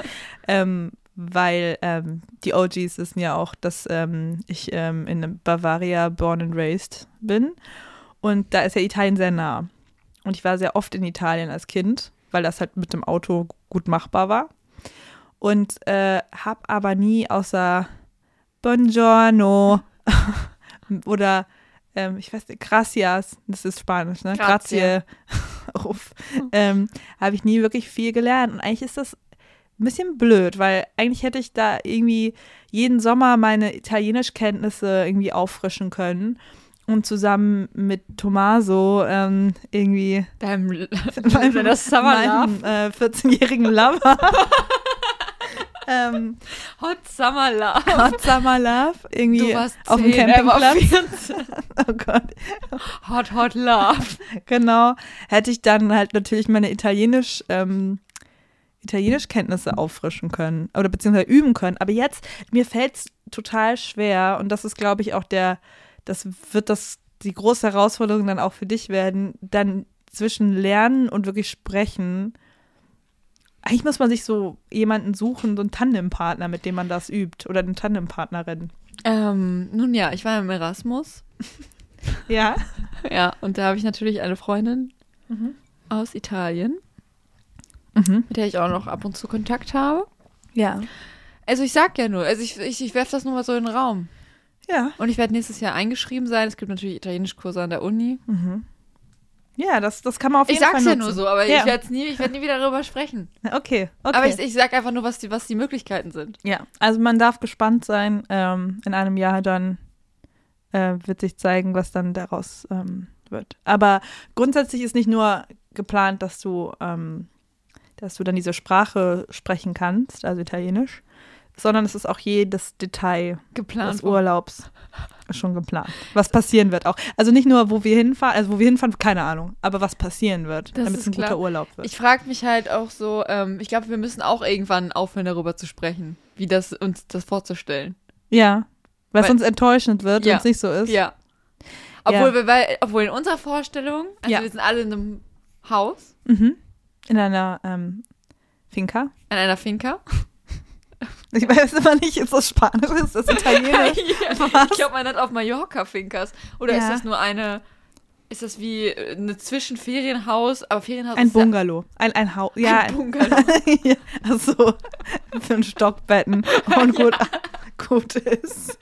S1: ähm, weil ähm, die OGs wissen ja auch, dass ähm, ich ähm, in Bavaria born and raised bin. Und da ist ja Italien sehr nah. Und ich war sehr oft in Italien als Kind, weil das halt mit dem Auto gut machbar war. Und äh, habe aber nie außer Buongiorno [LAUGHS] oder ähm, ich weiß nicht, Gracias, das ist Spanisch, ne?
S2: Grazie.
S1: Grazie. [LAUGHS] Auf. Ähm, habe ich nie wirklich viel gelernt. Und eigentlich ist das ein bisschen blöd, weil eigentlich hätte ich da irgendwie jeden Sommer meine Italienischkenntnisse irgendwie auffrischen können und zusammen mit Tommaso ähm, irgendwie
S2: [LAUGHS] Deinem,
S1: meinem,
S2: deiner Summer Love.
S1: meinem äh, 14-jährigen
S2: [LAUGHS]
S1: Lover. ähm,
S2: Hot Summer Love.
S1: Hot Summer Love irgendwie
S2: Du warst Äh,
S1: auf dem
S2: 10, er war
S1: Campingplatz.
S2: 14.
S1: Oh Gott.
S2: [LAUGHS] Hot, hot Love.
S1: Genau. Hätte ich dann halt natürlich meine Italienisch, ähm, Italienischkenntnisse auffrischen können oder beziehungsweise üben können. Aber jetzt, mir fällt es total schwer und das ist, glaube ich, auch der, das wird das, die große Herausforderung dann auch für dich werden, dann zwischen Lernen und wirklich Sprechen. Eigentlich muss man sich so jemanden suchen, so einen Tandempartner, mit dem man das übt oder eine Tandempartnerin.
S2: Ähm, nun ja, ich war im Erasmus. [LAUGHS]
S1: Ja.
S2: Ja, Mhm. und da habe ich natürlich eine Freundin aus Italien,
S1: Mhm.
S2: mit der ich auch noch ab und zu Kontakt habe.
S1: Ja.
S2: Also ich sag ja nur, also ich, ich, ich werfe das nur mal so in den Raum.
S1: Ja.
S2: Und ich werde nächstes Jahr eingeschrieben sein. Es gibt natürlich Italienischkurse an der Uni.
S1: Mhm. Ja, das, das kann man auf
S2: Ich
S1: jeden Fall
S2: sag's ja nur
S1: nutzen.
S2: so, aber
S1: Ja.
S2: ich werde nie, ich werd nie wieder darüber sprechen.
S1: Okay, okay.
S2: Aber ich, ich sag einfach nur, was die, was die Möglichkeiten sind.
S1: ja, also man darf gespannt sein. Ähm, in einem Jahr dann äh, wird sich zeigen, was dann daraus ähm, wird. Aber grundsätzlich ist nicht nur geplant, dass du, ähm, dass du dann diese Sprache sprechen kannst, also Italienisch, sondern es ist auch jedes Detail
S2: Geplant.
S1: des Urlaubs ist schon geplant. Was passieren wird auch. Also nicht nur, wo wir hinfahren, also wo wir hinfahren, keine Ahnung, aber was passieren wird,
S2: Das
S1: damit es
S2: ist
S1: ein
S2: klar.
S1: guter Urlaub wird.
S2: Ich frage mich halt auch so, ähm, ich glaube, wir müssen auch irgendwann aufhören, darüber zu sprechen, wie das uns das vorzustellen.
S1: ja. Weil es
S2: Weil-
S1: uns enttäuschend wird,
S2: Ja.
S1: wenn es nicht so ist.
S2: Ja. Obwohl, Wir, weil, obwohl in unserer Vorstellung, also
S1: Ja.
S2: wir sind alle in einem Haus,
S1: Mhm. In einer ähm, Finca.
S2: in
S1: [LAUGHS]
S2: einer Finca.
S1: Ich weiß immer nicht, ist das Spanisch, ist das
S2: Ja,
S1: Italienisch?
S2: ich glaube, man hat auf Mallorca Fincas. Oder ist
S1: Ja.
S2: das nur eine, ist das wie äh, eine Zwischenferienhaus, aber Ferienhaus
S1: [LAUGHS] Ein
S2: ist ja-
S1: Bungalow. Ein, ein Haus. Ja.
S2: ein Bungalow.
S1: [LAUGHS] ja. also Achso. Fünf Stockbetten. Und [LAUGHS] gut, gut ist.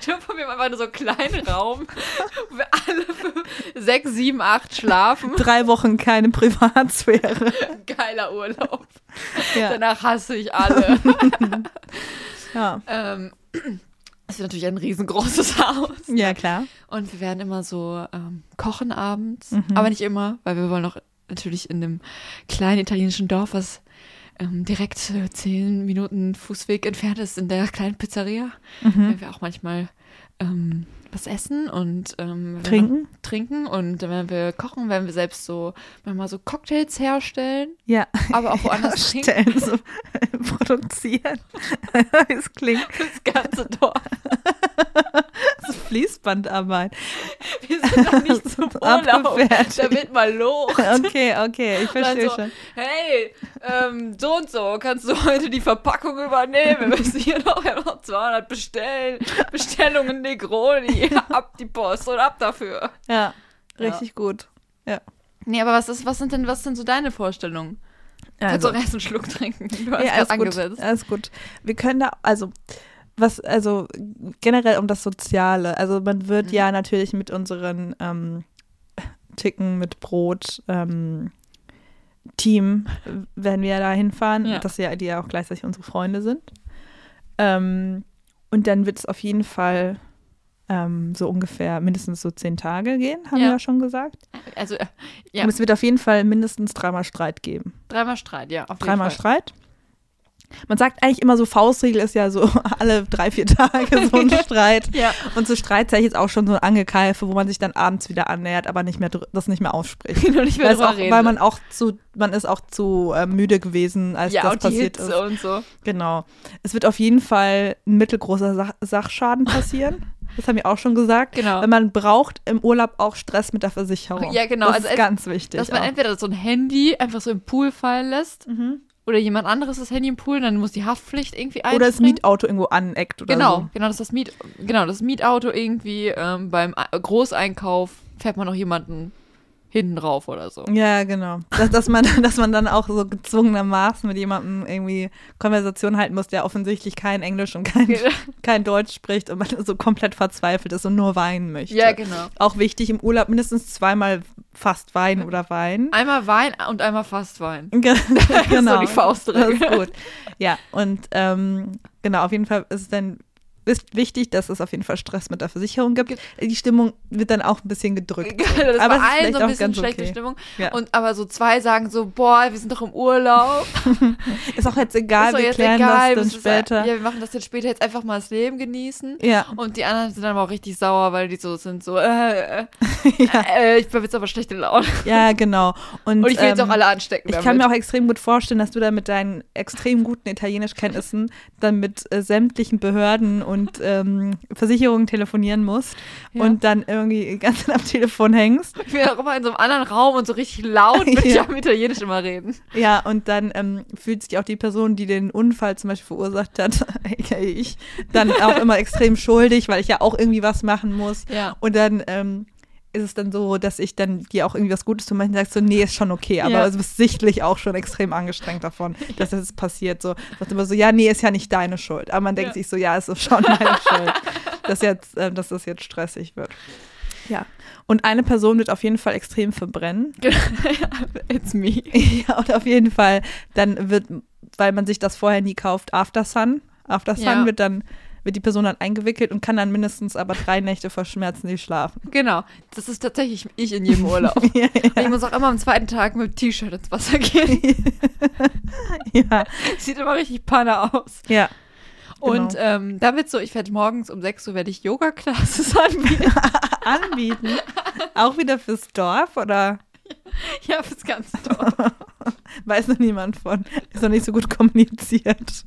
S2: Stell dir vor, wir haben einfach nur so einen kleinen Raum, wo wir alle fünf, sechs, sieben, acht schlafen.
S1: Drei Wochen keine Privatsphäre.
S2: Geiler Urlaub.
S1: Ja.
S2: Danach hasse ich alle.
S1: Ja,
S2: ähm, es wird natürlich ein riesengroßes Haus.
S1: ja klar.
S2: Und wir werden immer so ähm, kochen abends.
S1: Mhm.
S2: Aber nicht immer, weil wir wollen auch natürlich in einem kleinen italienischen Dorf, was ähm, direkt äh, zehn Minuten Fußweg entfernt ist, in der kleinen Pizzeria,
S1: Mhm.
S2: werden wir auch manchmal ähm, was essen und ähm, wenn wir
S1: Trinken?
S2: noch trinken. Und wenn wir kochen, werden wir selbst so manchmal so Cocktails herstellen,
S1: Ja.
S2: aber auch [LAUGHS] woanders trinken.
S1: Stellen so [LAUGHS] produzieren. Es klingt
S2: Das ganze Dorf.
S1: das ist Fließbandarbeit.
S2: Wir sind noch [LAUGHS] nicht zum Urlaub.
S1: Abgefertigt.
S2: Da wird mal los.
S1: [LAUGHS] Okay, okay, ich
S2: dann
S1: verstehe
S2: so,
S1: schon.
S2: Hey, ähm, so und so, kannst du heute die Verpackung übernehmen? Wir müssen hier noch, wir haben noch 200 bestellen. Bestellungen [LAUGHS] Negroni, ab die Post und ab dafür.
S1: Ja,
S2: Ja.
S1: richtig gut.
S2: Nee, aber was, ist, was, sind denn, was sind so deine Vorstellungen?
S1: Also,
S2: Kannst du auch erst einen Schluck trinken? Du hast
S1: ja,
S2: also- ja,
S1: alles gut,
S2: angesetzt.
S1: alles gut. Wir können da, also was, also generell um das Soziale. Also man wird
S2: Mhm.
S1: ja natürlich mit unseren ähm, Ticken mit Brot ähm, Team, äh, wenn wir da hinfahren,
S2: Ja.
S1: dass ja die ja auch gleichzeitig unsere Freunde sind. Ähm, und dann wird es auf jeden Fall ähm, so ungefähr mindestens so zehn Tage gehen, haben wir
S2: Ja.
S1: ja schon gesagt.
S2: Also, äh, Ja.
S1: Und es wird auf jeden Fall mindestens dreimal Streit geben.
S2: dreimal Streit, ja. Auf
S1: dreimal
S2: jeden Fall.
S1: Streit. Man sagt eigentlich immer so, Faustregel ist ja so [LAUGHS] alle drei, vier Tage so
S2: [LAUGHS]
S1: ein Streit.
S2: Ja.
S1: Und zu Streit sage ich jetzt auch schon so ein Angekeife, wo man sich dann abends wieder annähert, aber nicht mehr dr- das nicht mehr ausspricht.
S2: Nur [LAUGHS] nicht mehr
S1: Weil, es
S2: drüber
S1: auch,
S2: reden.
S1: weil man auch zu, man ist auch zu äh, müde gewesen, als
S2: ja,
S1: das
S2: und die
S1: passiert
S2: Hitze
S1: ist.
S2: und so.
S1: Genau. Es wird auf jeden Fall ein mittelgroßer Sach Sachschaden
S2: [LAUGHS]
S1: passieren. Das haben wir auch schon gesagt.
S2: Genau.
S1: Weil man braucht im Urlaub auch Stress mit der Versicherung.
S2: Ja, genau.
S1: Das
S2: Also
S1: ist
S2: ent-
S1: ganz wichtig.
S2: Dass man
S1: auch.
S2: entweder so ein Handy einfach so im Pool fallen lässt
S1: Mhm.
S2: oder jemand anderes das Handy im Pool, dann muss die Haftpflicht irgendwie einspringen.
S1: Oder das Mietauto irgendwo aneckt oder
S2: genau,
S1: so.
S2: genau, dass das Miet, genau, das Mietauto irgendwie ähm, beim A- Großeinkauf fährt man noch jemanden hinten drauf oder so.
S1: Ja, genau. Dass, dass, man, [LAUGHS] dass man dann auch so gezwungenermaßen mit jemandem irgendwie Konversation halten muss, der offensichtlich kein Englisch und kein,
S2: Genau.
S1: [LAUGHS] kein Deutsch spricht und man so komplett verzweifelt ist und nur weinen möchte.
S2: Ja, genau.
S1: Auch wichtig im Urlaub mindestens zweimal fast weinen oder
S2: [LAUGHS]
S1: weinen.
S2: Einmal Wein und einmal fast
S1: [LAUGHS]
S2: Wein.
S1: Ge- genau.
S2: die Faustregel.
S1: Das ist gut. Ja, und ähm, genau, auf jeden Fall ist es dann ist wichtig, dass es auf jeden Fall Stress mit der Versicherung gibt. Die Stimmung wird dann auch ein bisschen gedrückt.
S2: Das ist
S1: Aber
S2: Also
S1: es
S2: bei
S1: ist vielleicht
S2: allen so ein
S1: auch
S2: bisschen
S1: ganz
S2: schlechte
S1: okay.
S2: Stimmung.
S1: Ja.
S2: Und aber so zwei sagen so, boah, wir sind doch im Urlaub.
S1: Ist auch jetzt egal,
S2: ist doch
S1: wir
S2: jetzt
S1: klären
S2: egal,
S1: das
S2: müssen
S1: dann
S2: das-
S1: später.
S2: Ja, wir machen das jetzt später jetzt einfach mal das Leben genießen.
S1: Ja.
S2: Und die anderen sind dann aber auch richtig sauer, weil die so sind so, äh, äh,
S1: [LAUGHS]
S2: äh, ich bin jetzt aber schlechte Laune.
S1: Ja, genau. Und,
S2: Und ich will jetzt
S1: ähm,
S2: auch alle anstecken.
S1: Ich
S2: damit.
S1: kann mir auch extrem gut vorstellen, dass du da mit deinen extrem guten Italienischkenntnissen dann mit äh, sämtlichen Behörden und ähm, Versicherungen telefonieren musst
S2: Ja.
S1: und dann irgendwie ganz [LAUGHS] am Telefon hängst.
S2: Ich bin auch immer in so einem anderen Raum und so
S1: [LAUGHS]
S2: richtig laut will ich
S1: Ja.
S2: am Italienisch immer reden.
S1: Ja, und dann ähm, fühlt sich auch die Person, die den Unfall zum Beispiel verursacht hat, [LAUGHS] aka ich, dann auch immer extrem schuldig, weil ich ja auch irgendwie was machen muss.
S2: Ja.
S1: Und dann ähm, ist es dann so, dass ich dann dir auch irgendwie was Gutes tue und sagst so, nee, ist schon okay, aber
S2: Ja.
S1: du bist sichtlich auch schon extrem angestrengt
S2: [LAUGHS]
S1: davon, dass das passiert. So, sagst immer so, ja, nee, ist ja nicht deine Schuld. Aber man denkt
S2: Ja. [LAUGHS]
S1: sich so, ja, es ist schon meine Schuld, dass, jetzt, äh, dass das jetzt stressig wird. Ja. Und eine Person wird auf jeden Fall extrem verbrennen.
S2: [LAUGHS] It's me.
S1: ja, und auf jeden Fall, dann wird, weil man sich das vorher nie kauft, After Sun. After Sun
S2: Ja.
S1: wird dann, wird die Person dann eingewickelt und kann dann mindestens aber drei Nächte vor Schmerzen nicht schlafen.
S2: Genau. Das ist tatsächlich ich in jedem Urlaub.
S1: [LAUGHS] ja,
S2: Und Ich muss auch immer am zweiten Tag mit dem T-Shirt ins
S1: [LAUGHS]
S2: Wasser gehen. [LAUGHS]
S1: ja.
S2: Sieht immer richtig panne aus.
S1: ja.
S2: Und
S1: Genau.
S2: ähm, da wird so, ich werde morgens um 6 Uhr werde ich Yoga-Classes [LAUGHS] anbieten.
S1: Anbieten. Auch wieder fürs Dorf oder
S2: ja, fürs ganze Dorf.
S1: weiß noch niemand von. Ist noch nicht so gut kommuniziert.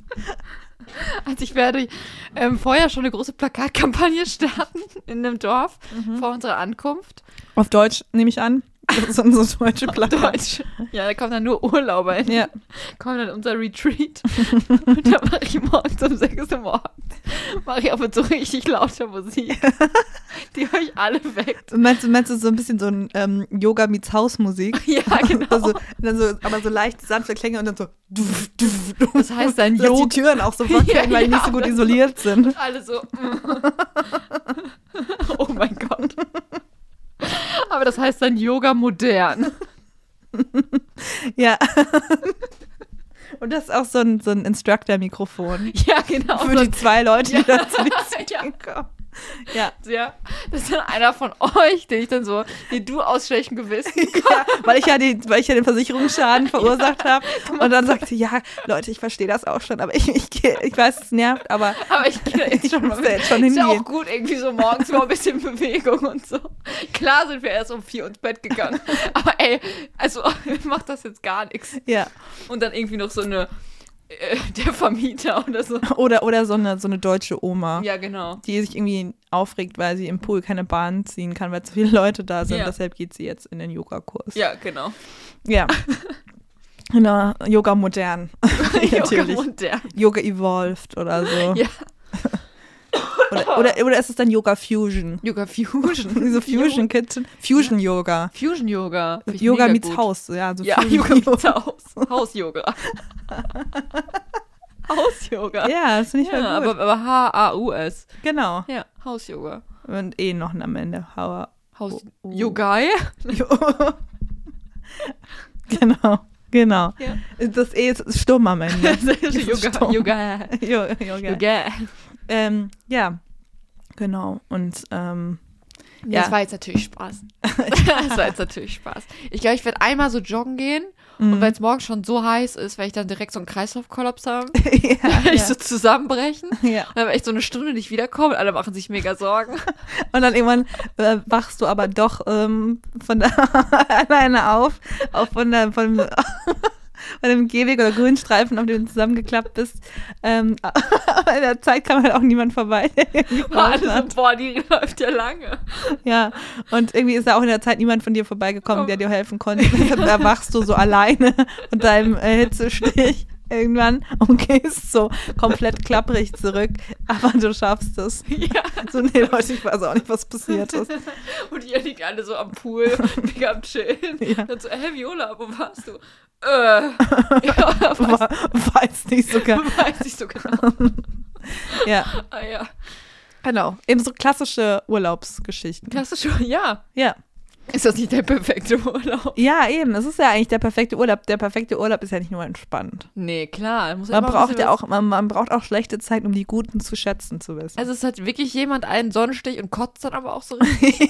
S2: Also ich werde ähm, vorher schon eine große Plakatkampagne [LAUGHS] starten in einem Dorf vor unserer [LAUGHS] Ankunft.
S1: Auf Deutsch nehme ich an. Das ist unsere deutsche Platte.
S2: Deutsch. Ja, da kommen dann nur Urlauber hin.
S1: Ja.
S2: [LAUGHS] Kommen dann in unser Retreat. [LAUGHS] Und da mache ich morgens um 6 Uhr morgens. Mache ich auch mit so richtig lauter [LAUGHS] Musik. Die euch alle weckt.
S1: Meinst du, meinst du so ein bisschen so ein ähm, Yoga meets Hausmusik?
S2: Ja, [LAUGHS] genau.
S1: Also, dann so, aber so leicht sanfte Klänge und dann so. Duf, duf, duf.
S2: Das
S1: [LAUGHS]
S2: heißt dann
S1: Lass
S2: Yoga.
S1: die Türen auch so wackeln,
S2: [LAUGHS] Ja,
S1: weil die nicht
S2: ja,
S1: so gut
S2: das-
S1: isoliert sind.
S2: Alle so. [LAUGHS] mm. oh mein Gott. Aber das heißt dann Yoga modern.
S1: Ja. [LAUGHS] Und das ist auch so ein, so ein Instructor-Mikrofon.
S2: [LAUGHS] Ja, genau.
S1: Für die zwei Leute, die dazu
S2: [LAUGHS] ja,
S1: kommen. Ja.
S2: ja. Das ist dann einer von euch, den ich dann so, den du aus schlechtem Gewissen.
S1: ja, weil ich ja den, weil ich ja den Versicherungsschaden verursacht habe. Und dann sagt sie, ja, Leute, ich verstehe das auch schon, aber ich, ich, geh- ich weiß, es nervt, aber
S2: Aber ich gehe da jetzt
S1: ich
S2: schon
S1: muss da
S2: mal mit.
S1: jetzt schon
S2: Ist ja auch
S1: hingehen.
S2: gut, irgendwie so morgens mal ein bisschen Bewegung und so. Klar sind wir erst um vier ins Bett gegangen. Aber ey, also macht das jetzt gar nichts.
S1: Ja.
S2: Und dann irgendwie noch so eine, äh, der Vermieter oder so.
S1: Oder, oder so, eine, so eine deutsche Oma,
S2: Ja, genau.
S1: die sich irgendwie aufregt, weil sie im Pool keine Bahn ziehen kann, weil zu viele Leute da sind.
S2: Ja.
S1: Deshalb geht sie jetzt in den Yogakurs.
S2: Ja, genau.
S1: ja. Na, Yoga modern. Natürlich.
S2: Yoga modern.
S1: Yoga evolved oder so.
S2: [LAUGHS] Ja.
S1: Oder, oder, oder ist es dann Yoga Fusion?
S2: Yoga Fusion.
S1: Diese Fusion Kitchen. Fusion Yoga.
S2: Fusion Yoga. Finde ich
S1: Yoga
S2: mega
S1: meets
S2: gut.
S1: Haus. Ja, so
S2: Ja,
S1: Fusion
S2: Yoga [LAUGHS] meets Haus. Haus [LAUGHS] Yoga. Haus Yoga.
S1: Ja, das finde ich
S2: Ja,
S1: voll gut.
S2: aber, aber H-A-U-S.
S1: genau.
S2: Ja, Haus Yoga.
S1: Und eh noch am Ende. Hauer.
S2: Haus
S1: Oh, oh.
S2: Yoga.
S1: [LAUGHS] genau, genau.
S2: [LAUGHS] Ja.
S1: Das E ist stumm am
S2: [LAUGHS]
S1: Ende. ist
S2: Yoga.
S1: stumm.
S2: Yoga.
S1: [LAUGHS] Jo- Yoga.
S2: Yoga.
S1: Ähm, ja, genau. Und
S2: [LAUGHS]
S1: ähm, [LAUGHS]
S2: Ja.
S1: Ja.
S2: Das war jetzt natürlich [LAUGHS] Spaß. das [LAUGHS] war jetzt natürlich Spaß. Ich glaube, ich werde einmal so joggen gehen und weil es morgen schon so heiß ist, werde ich dann direkt so einen Kreislaufkollaps haben.
S1: ja,
S2: [LAUGHS] Werde ich so
S1: ja,
S2: zusammenbrechen.
S1: ja.
S2: Und dann werde ich so eine Stunde nicht wiederkommen. Alle machen sich mega [LAUGHS] Sorgen.
S1: Und dann irgendwann äh, wachst du aber doch ähm, von der [LAUGHS] alleine auf, auch von, der, von, [LAUGHS] von dem Gehweg oder Grünstreifen, auf dem du zusammengeklappt bist. Ähm, [LAUGHS] aber in der Zeit kam halt auch niemand vorbei. der irgendwie
S2: Boah, alle
S1: Pause hat.
S2: so, boah, die [LAUGHS] läuft ja lange.
S1: Ja, und irgendwie ist da auch in der Zeit niemand von dir vorbeigekommen, der dir helfen konnte. [LAUGHS] da wachst du so alleine mit deinem äh, Hitzestich irgendwann und gehst so komplett klapprig zurück. Aber du schaffst es.
S2: Ja.
S1: So, nee, Leute, ich weiß auch nicht, was passiert ist.
S2: [LAUGHS] Und ihr liegt alle so am Pool,
S1: [LAUGHS]
S2: mega am Chillen.
S1: Ja.
S2: Dann so, hey Viola, wo warst du?
S1: [LAUGHS]
S2: Äh, ja, [LAUGHS] weiß,
S1: Wa- Weiß nicht sogar.
S2: weiß ich so genau.
S1: Ja,
S2: Ah ja.
S1: genau. Eben so klassische Urlaubsgeschichten.
S2: Klasse schon, ja.
S1: Ja.
S2: Ist das nicht der perfekte Urlaub?
S1: Ja, eben. Es ist ja eigentlich der perfekte Urlaub. Der perfekte Urlaub ist ja nicht nur entspannt.
S2: Nee, klar. Muss
S1: Man
S2: immer
S1: braucht
S2: wissen,
S1: ja
S2: was-
S1: auch, man, man braucht auch schlechte Zeiten, um die guten zu schätzen zu wissen.
S2: Also es hat wirklich jemand einen Sonnenstich und kotzt dann aber auch
S1: [LAUGHS]
S2: so richtig.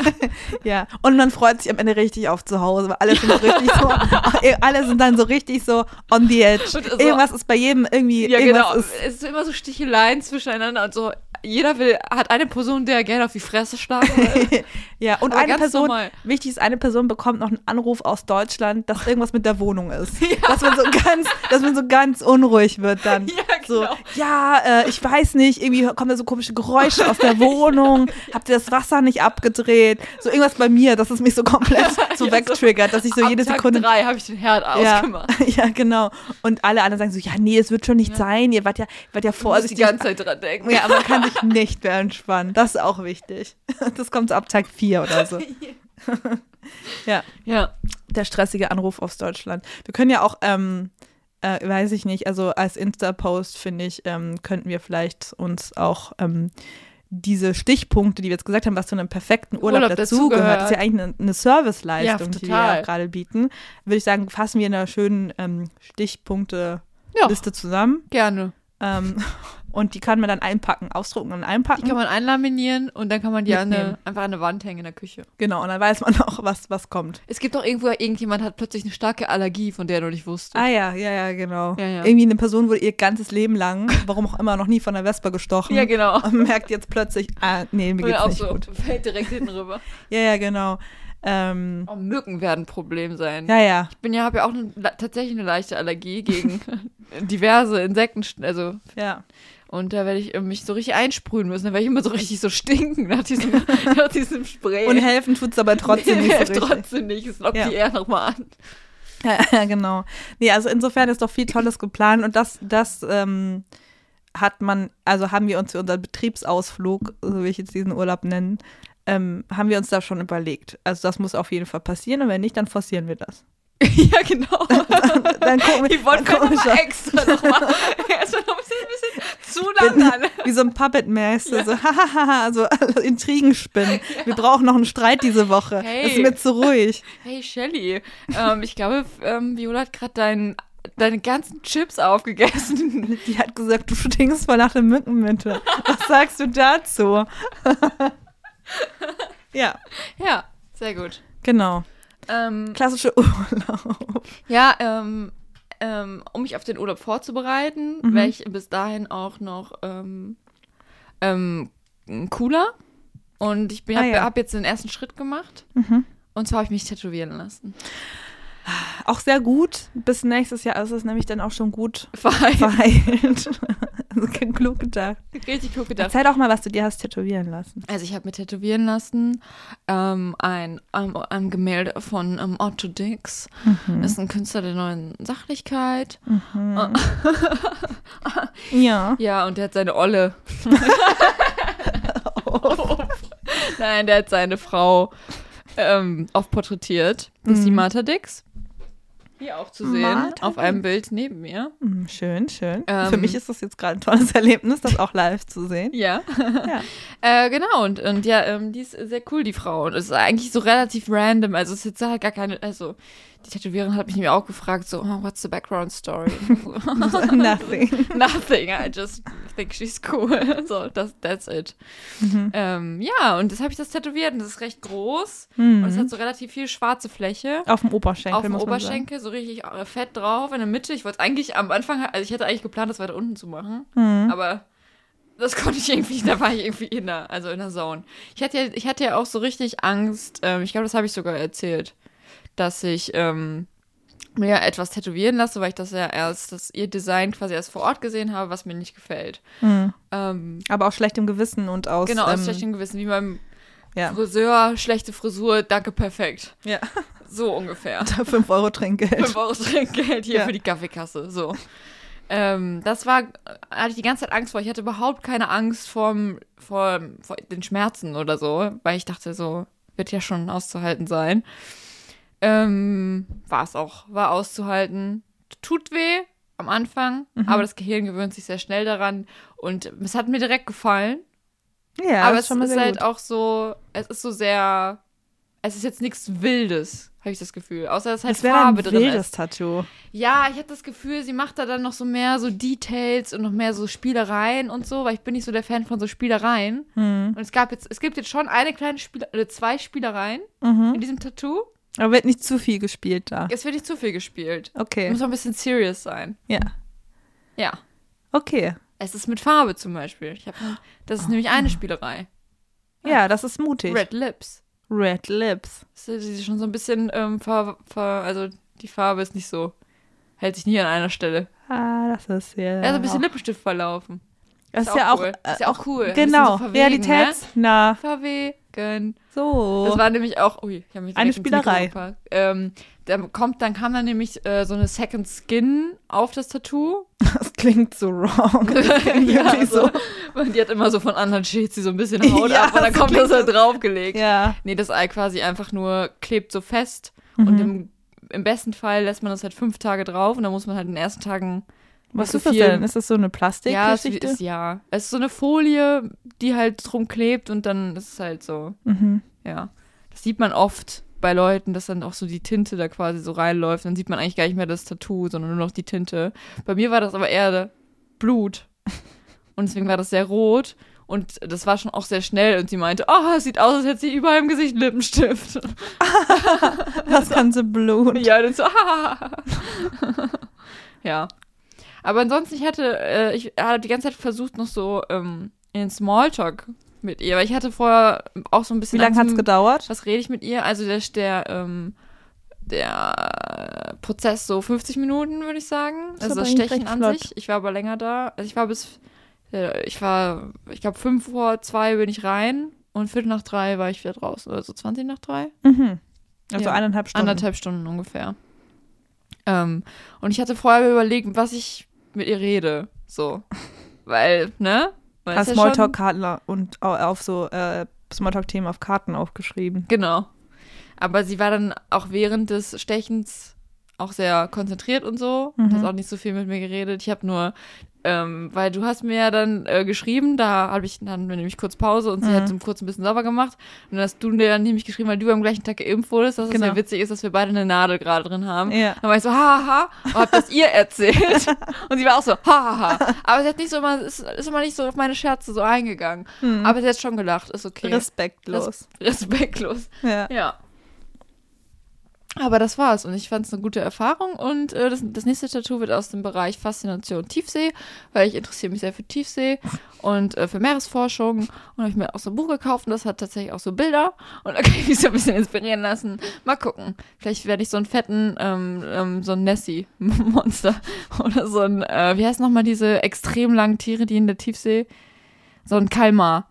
S1: Ja, und man freut sich am Ende richtig auf zu Hause, weil alle sind so richtig so, [LAUGHS] alle sind dann so richtig so on the edge.
S2: Und so-
S1: irgendwas ist bei jedem irgendwie,
S2: Ja,
S1: irgendwas
S2: genau.
S1: ist,
S2: es ist immer so Sticheleien zwischeneinander und so. Jeder will, hat eine Person, der gerne auf die Fresse schlagen will.
S1: ja, und
S2: Aber
S1: eine
S2: ganz
S1: Person,
S2: normal.
S1: wichtig ist, eine Person bekommt noch einen Anruf aus Deutschland, dass irgendwas mit der Wohnung
S2: [LAUGHS]
S1: ist. Dass man so ganz, dass man so ganz unruhig wird dann.
S2: [LAUGHS] Ja,
S1: So,
S2: genau.
S1: [LAUGHS] ja, äh, ich weiß nicht, irgendwie kommen da so komische Geräusche aus der
S2: [LAUGHS]
S1: Wohnung. Habt ihr das Wasser nicht abgedreht? So irgendwas bei mir, dass es mich so komplett so
S2: [LAUGHS] Ja, so
S1: wegtriggert, dass ich so
S2: Ab
S1: jede
S2: Tag
S1: Sekunde
S2: drei habe ich den Herd ausgemacht.
S1: [LAUGHS] Ja, genau. Und alle anderen sagen so, ja, nee, es wird schon nicht sein. Ihr wart ja, ihr wart ja
S2: Du musst die
S1: vorsichtig.
S2: ganze Zeit dran
S1: [LAUGHS]
S2: denken.
S1: ja, aber man kann sich nicht mehr entspannen. Das ist auch wichtig. [LAUGHS] Das kommt so ab Tag 4 oder
S2: [LAUGHS]
S1: so. ja,
S2: Ja.
S1: der stressige Anruf aus Deutschland. Wir können ja auch, ähm, äh, weiß ich nicht, also als Insta-Post, finde ich, ähm, könnten wir vielleicht uns auch ähm, diese Stichpunkte, die wir jetzt gesagt haben, was zu einem perfekten Urlaub,
S2: Urlaub
S1: dazugehört,
S2: dazugehört.
S1: ist ja eigentlich eine, eine Serviceleistung,
S2: Ja,
S1: die wir ja
S2: total.
S1: auch gerade bieten. Würde ich sagen, fassen wir in einer schönen ähm, Stichpunkte-Liste
S2: Ja,
S1: zusammen.
S2: gerne.
S1: Ähm, [LAUGHS] und die kann man dann einpacken, ausdrucken und
S2: Die
S1: einpacken.
S2: kann man einlaminieren und dann kann man die an eine,
S1: Mitnehmen.
S2: einfach an eine Wand hängen in der Küche.
S1: genau, und dann weiß man auch, was, was kommt.
S2: Es gibt doch irgendwo, irgendjemand hat plötzlich eine starke Allergie, von der du nicht wusstest.
S1: Ah ja, ja, ja, genau.
S2: Ja, ja.
S1: Irgendwie eine Person wurde ihr ganzes Leben lang, warum auch immer, noch nie von einer Wespe gestochen.
S2: [LAUGHS] Ja, genau.
S1: Und merkt jetzt plötzlich, ah, nee, mir
S2: Und
S1: geht's
S2: auch
S1: nicht
S2: so,
S1: gut.
S2: [LAUGHS] fällt direkt hinten rüber.
S1: Ja, ja, genau. Ähm,
S2: Oh, Mücken werden ein Problem sein.
S1: ja, ja,
S2: Ich bin ja, habe ja auch eine- le- tatsächlich eine leichte Allergie gegen [LAUGHS] diverse Insekten, also
S1: ja.
S2: und da werde ich äh, mich so richtig einsprühen müssen, da werde ich immer so richtig so stinken nach [LAUGHS] diesem, nach diesem Spray.
S1: Und helfen tut's aber
S2: [LAUGHS]
S1: trotzdem
S2: Nee,
S1: nicht so richtig.
S2: Trotzdem nicht, es lockt
S1: Ja.
S2: die eher nochmal an.
S1: [LAUGHS] Ja, ja, genau. Nee, also insofern ist doch viel Tolles geplant und das, das ähm, hat man, also haben wir uns für unseren Betriebsausflug, so will ich jetzt diesen Urlaub nennen, ähm, haben wir uns da schon überlegt. Also das muss auf jeden Fall passieren und wenn nicht, dann forcieren wir das.
S2: [LAUGHS]
S1: [LAUGHS]
S2: ja, [LAUGHS] genau.
S1: Dann gucken wir,
S2: Die wollten
S1: dann
S2: wir
S1: gucken wir
S2: nochmal
S1: schon,
S2: extra [LAUGHS] nochmal. Erstmal noch ein bisschen, ein bisschen zu lange an.
S1: wie so ein Puppet-Master, so [LAUGHS] hahaha, so also Intrigen spinnen. Wir brauchen noch einen Streit diese Woche.
S2: Hey.
S1: Ist mir zu ruhig.
S2: [LAUGHS] Hey Shelly, ähm, ich glaube, f- ähm, Viola hat gerade dein, deine ganzen Chips aufgegessen. [LAUGHS]
S1: Die hat gesagt, du stinkst voll nach der Mückenmitte. Was sagst du dazu? [LAUGHS] ja,
S2: ja, sehr gut.
S1: genau.
S2: Ähm,
S1: Klassische [LAUGHS] Urlaub.
S2: ja, ähm, ähm, um mich auf den Urlaub vorzubereiten,
S1: Mhm.
S2: wäre ich bis dahin auch noch ähm, ähm, cooler. Und ich bin,
S1: Ah,
S2: habe
S1: ja.
S2: hab jetzt den ersten Schritt gemacht. Und zwar habe ich mich tätowieren lassen. [LAUGHS]
S1: Auch sehr gut. Bis nächstes Jahr ist es nämlich dann auch schon gut
S2: Weil,
S1: verheilt. [LAUGHS] also kein klug gedacht.
S2: [LAUGHS] richtig klug gedacht.
S1: Erzähl doch mal, was du dir hast tätowieren lassen.
S2: Also ich habe mir tätowieren lassen ähm, ein, ein, ein Gemälde von ähm, Otto Dix. Ist ein Künstler der neuen Sachlichkeit.
S1: Ja.
S2: Ja, und der hat seine Olle. [LAUGHS] Nein, der hat seine Frau ähm, oft porträtiert. Das ist die Martha Dix. Hier auch zu sehen,
S1: Martha
S2: auf einem Bild neben mir.
S1: Mm, Schön, schön.
S2: Ähm.
S1: Für mich ist das jetzt gerade ein tolles Erlebnis, das auch live zu sehen.
S2: Ja.
S1: Ja.
S2: [LAUGHS] Äh, genau, und, und ja, ähm, die ist sehr cool, die Frau. Und es ist eigentlich so relativ random. Also es ist jetzt halt gar keine, also die Tätowiererin hat mich mir auch gefragt, so, oh, what's the background story? [LAUGHS]
S1: Nothing.
S2: Nothing, I just think she's cool. [LAUGHS] So, das, that's it. Ähm, ja, und das habe ich das tätowiert und das ist recht groß. Und es hat so relativ viel schwarze Fläche.
S1: Auf dem Oberschenkel.
S2: auf dem
S1: muss man sagen.
S2: Oberschenkel, so richtig äh, fett drauf, in der Mitte. Ich wollte es eigentlich am Anfang, also ich hätte eigentlich geplant, das weiter unten zu machen.
S1: Mhm.
S2: Aber das [LAUGHS] konnte ich irgendwie, da war ich irgendwie in der, also in der Zone. Ich hatte ja, ich hatte ja auch so richtig Angst, ähm, ich glaube, das habe ich sogar erzählt, dass ich ähm, mir ja etwas tätowieren lasse, weil ich das ja erst, das ihr Design quasi erst vor Ort gesehen habe, was mir nicht gefällt. Ähm,
S1: Mhm. Aber auch schlechtem Gewissen und aus.
S2: genau, aus
S1: ähm,
S2: schlechtem Gewissen, wie beim
S1: ja.
S2: Friseur, schlechte Frisur, danke, perfekt. [LAUGHS]
S1: ja. [LAUGHS]
S2: So ungefähr.
S1: 5 Euro Trinkgeld.
S2: 5 Euro Trinkgeld hier
S1: Ja.
S2: für die Kaffeekasse. So. Ähm, das war, hatte ich die ganze Zeit Angst vor. Ich hatte überhaupt keine Angst vorm, vorm, vor den Schmerzen oder so, weil ich dachte, so wird ja schon auszuhalten sein. Ähm, war es auch, war auszuhalten. Tut weh am Anfang,
S1: Mhm.
S2: aber das Gehirn gewöhnt sich sehr schnell daran und es hat mir direkt gefallen.
S1: Ja,
S2: aber
S1: das
S2: es ist halt auch so, es ist so sehr, es ist jetzt nichts Wildes, habe ich das Gefühl. Außer dass halt
S1: Das wäre ein
S2: Farbe drin ist.
S1: wildes Tattoo.
S2: Ja, ich hatte das Gefühl, sie macht da dann noch so mehr so Details und noch mehr so Spielereien und so, weil ich bin nicht so der Fan von so Spielereien.
S1: Mhm.
S2: Und es gab jetzt, es gibt jetzt schon eine kleine Spiele, oder zwei Spielereien in diesem Tattoo.
S1: Mhm. Aber wird nicht zu viel gespielt da.
S2: Es wird nicht zu viel gespielt.
S1: Okay.
S2: Muss man ein bisschen serious sein.
S1: Ja.
S2: Ja.
S1: Okay.
S2: Es ist mit Farbe zum Beispiel. Ich hab, das
S1: Oh.
S2: ist nämlich eine Spielerei.
S1: Ja, das ist mutig.
S2: Red Lips.
S1: Red Lips.
S2: Das ist die ist schon so ein bisschen, ähm, ver, ver, also die Farbe ist nicht so, hält sich nie an einer Stelle.
S1: Ah, das ist ja.
S2: Ja, so ein bisschen Lippenstift verlaufen.
S1: Äh. Das ist ja auch. äh,
S2: cool. ist ja auch cool. Ein bisschen
S1: Genau.
S2: so verwegen, ne?
S1: Realitäts. Na,
S2: verwegen. Das
S1: so.
S2: war nämlich auch, ui, ich habe mich direkt
S1: Oh. Eine
S2: ins Mikro
S1: Spielerei.
S2: gepackt. Ähm, dann kommt, dann kam dann nämlich äh, so eine Second Skin auf
S1: [LAUGHS]
S2: das Tattoo.
S1: Das klingt so wrong.
S2: [LAUGHS]
S1: Das klingt wirklich
S2: also,
S1: so.
S2: Und die hat immer so von anderen Shades sie so
S1: [LAUGHS]
S2: ein bisschen Haut
S1: Ja,
S2: ab und dann
S1: so
S2: kommt
S1: klingt
S2: das halt draufgelegt.
S1: Ja.
S2: Nee, das Ei quasi einfach nur klebt so
S1: Mhm.
S2: fest und im, im besten Fall lässt man das halt fünf Tage drauf und dann muss man halt in den ersten Tagen
S1: Was
S2: Zu
S1: ist das
S2: viel.
S1: denn? Ist das so eine
S2: Ja, es
S1: Plastikgeschichte?
S2: ist, ja. Es ist so eine Folie, die halt drum klebt und dann ist es halt so,
S1: mhm.
S2: ja. Das sieht man oft bei Leuten, dass dann auch so die Tinte da quasi so reinläuft. Dann sieht man eigentlich gar nicht mehr das Tattoo, sondern nur noch die Tinte. Bei mir war das aber eher Blut. [LAUGHS] Und deswegen war das sehr rot. Und das war schon auch sehr schnell. Und sie meinte, oh, es sieht aus, als hätte sie überall im Gesicht einen Lippenstift. [LAUGHS]
S1: Das ganze Blut.
S2: Ja, dann so, ah. [LAUGHS] ja. Aber ansonsten, ich hatte, äh, ich habe die ganze Zeit versucht, noch so ähm, in den Smalltalk mit ihr, weil ich hatte vorher auch so ein
S1: Wie
S2: bisschen.
S1: lange
S2: Angst,
S1: hat es gedauert?
S2: Was rede ich mit ihr? Also der, der, ähm, der Prozess so 50 Minuten, würde ich sagen.
S1: Ist
S2: Also
S1: aber
S2: das
S1: eigentlich
S2: Stechen
S1: recht
S2: an
S1: flott.
S2: sich. Ich war aber länger da. Also ich war bis, äh, ich war, ich glaube, fünf vor zwei bin ich rein und viertel nach drei war ich wieder draußen. Oder so 20 nach drei.
S1: Mhm. Also
S2: Ja.
S1: eineinhalb Stunden.
S2: Anderthalb Stunden ungefähr. Ähm, und ich hatte vorher überlegt, was ich mit ihr rede. So. [LAUGHS] Weil, ne? Man
S1: Hast
S2: ist ja schon-
S1: Smalltalk-Karten und au- auf so äh, Smalltalk-Themen auf Karten aufgeschrieben.
S2: Genau. Aber sie war dann auch während des Stechens auch sehr konzentriert und so.
S1: Mhm.
S2: Hat auch nicht so viel mit mir geredet. Ich habe nur, ähm, weil du hast mir ja dann äh, geschrieben, da habe ich dann nämlich kurz Pause und sie
S1: Mhm.
S2: hat so kurz ein bisschen sauber gemacht. Und dann hast du mir dann nämlich geschrieben, weil du am gleichen Tag geimpft wurdest, dass es
S1: Genau.
S2: mir witzig ist, dass wir beide eine Nadel gerade drin haben.
S1: Ja.
S2: Dann war ich so, hahaha, und hab das
S1: [LAUGHS]
S2: ihr erzählt. Und sie war auch so, hahaha. Aber sie hat nicht so immer, ist, ist immer nicht so auf meine Scherze so eingegangen.
S1: Hm.
S2: Aber sie hat schon gelacht, ist okay.
S1: Respektlos.
S2: [LAUGHS] Respektlos.
S1: ja.
S2: Ja. Aber das war's und ich fand's eine gute Erfahrung und äh, das, das nächste Tattoo wird aus dem Bereich Faszination Tiefsee, weil ich interessiere mich sehr für Tiefsee und äh, für Meeresforschung und habe ich mir auch so ein Buch gekauft und das hat tatsächlich auch so Bilder und da kann ich mich so ein bisschen inspirieren lassen. Mal gucken, vielleicht werde ich so einen fetten, ähm, ähm, so ein Nessie-Monster [LAUGHS] oder so ein, äh, wie heißt nochmal diese extrem langen Tiere, die in der Tiefsee, so ein Kalmar.